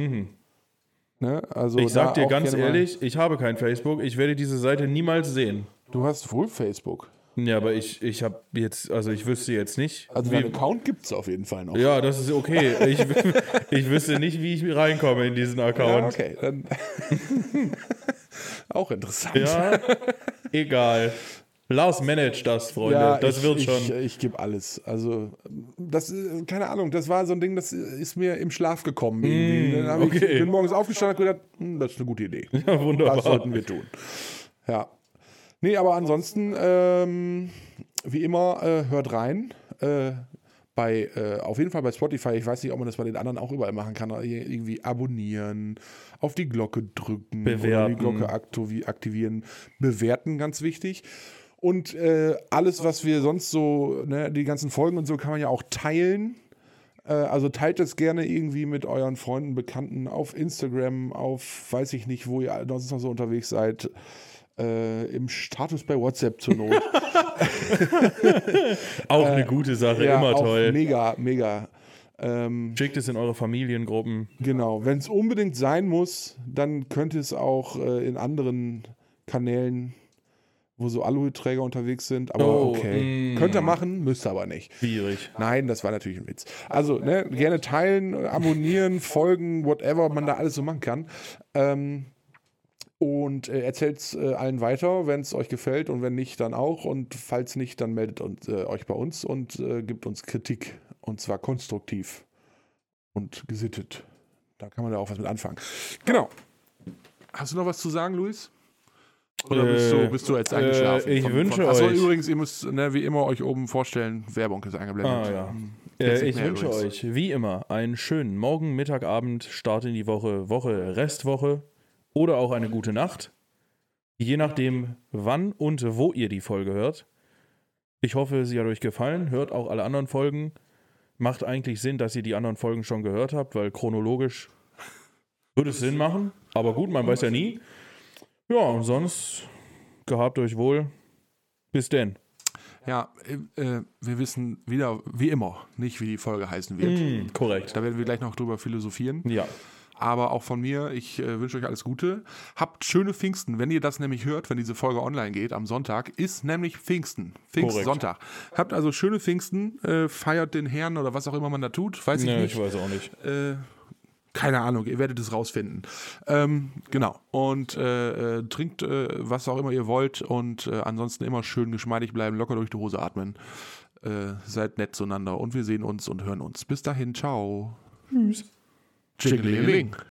Ne? Also
ich sag
da
dir
auch
ganz
gerne mal-
ehrlich, ich habe kein Facebook. Ich werde diese Seite niemals sehen.
du hast wohl Facebook.
Ja, aber ich, ich habe jetzt, also ich wüsste jetzt nicht,
Also
wie,
deinen Account gibt es auf jeden Fall noch.
Ja, das ist okay. Ich, ich wüsste nicht, wie ich reinkomme in diesen
Ja,
Account.
okay. Dann auch interessant.
Ja, egal. Lars managt das, Freunde.
Ja,
das
ich,
wird
Ich,
schon.
ich gebe alles. Also, das, äh, keine Ahnung, das war so ein Ding, das äh, ist mir im Schlaf gekommen. irgendwie. Dann hab ich,
Mm, okay.
bin morgens aufgestanden und gedacht, hm, das ist eine gute Idee.
Ja,
Das sollten
wunderbar.
wir tun. Ja. Nee, aber ansonsten, ähm, wie immer, äh, hört rein. Äh, bei, äh, auf jeden Fall bei Spotify. Ich weiß nicht, ob man das bei den anderen auch überall machen kann. aber hier Irgendwie abonnieren, auf die Glocke drücken, oder
Bewerten.
die Glocke aktivi- aktivieren, bewerten, ganz wichtig. Und äh, alles, was wir sonst so, ne, die ganzen Folgen und so, kann man ja auch teilen. Äh, also teilt es gerne irgendwie mit euren Freunden, Bekannten auf Instagram, auf weiß ich nicht, wo ihr sonst noch so unterwegs seid. Äh, Im Status bei WhatsApp zur Not.
Auch eine gute Sache,
Äh, Ja,
immer
auch
toll.
Mega, mega. Ähm,
Schickt es in eure Familiengruppen.
genau. Wenn es unbedingt sein muss, dann könnte es auch äh, in anderen Kanälen, wo so Aluhütträger unterwegs sind. Aber
Oh,
okay.
mm.
Könnt ihr machen, müsst ihr aber nicht.
Schwierig.
Nein, das war natürlich ein Witz. Also ne, gerne teilen, abonnieren, folgen, whatever man da alles so machen kann. Ähm, und äh, erzählt es äh, allen weiter, wenn es euch gefällt und wenn nicht, dann auch. Und falls nicht, dann meldet uns, äh, euch bei uns und äh, gibt uns Kritik. Und zwar konstruktiv und gesittet. Da kann man da auch was mit anfangen. Genau. Hast du noch was zu sagen, Luis? Oder bist,
Äh,
du, bist du jetzt eingeschlafen?
äh, ich wünsche
Achso,
euch-
übrigens, ihr müsst ne, wie immer euch oben vorstellen, Werbung ist eingeblendet.
Ah, ja.
Jetzt
Äh,
nicht
ich
mehr
wünsche
übrigens.
euch wie immer einen schönen Morgen, Mittag, Abend, Start in die Woche, Woche, Restwoche oder auch eine gute Nacht. Je nachdem, wann und wo ihr die Folge hört. Ich hoffe, sie hat euch gefallen. Hört auch alle anderen Folgen. Macht eigentlich Sinn, dass ihr die anderen Folgen schon gehört habt, weil chronologisch würde es Sinn machen. Aber gut, man weiß ja nie. Ja, und sonst gehabt euch wohl. Bis denn.
Ja, äh, äh, wir wissen wieder, wie immer, nicht, wie die Folge heißen wird.
Hm, korrekt.
Da werden wir gleich noch drüber philosophieren.
Ja.
Aber auch von mir, ich äh, wünsche euch alles Gute. Habt schöne Pfingsten. Wenn ihr das nämlich hört, wenn diese Folge online geht am Sonntag, ist nämlich Pfingsten. Pfingstsonntag. Habt also schöne Pfingsten, äh, feiert den Herrn oder was auch immer man da tut, weiß ich
Nee,
nicht.
ich weiß auch nicht.
äh, keine Ahnung, ihr werdet es rausfinden. Ähm, genau. Und äh, äh, trinkt äh, was auch immer ihr wollt und äh, ansonsten immer schön geschmeidig bleiben, locker durch die Hose atmen. Äh, seid nett zueinander und wir sehen uns und hören uns. Bis dahin, ciao. Tschüss. Jingeling.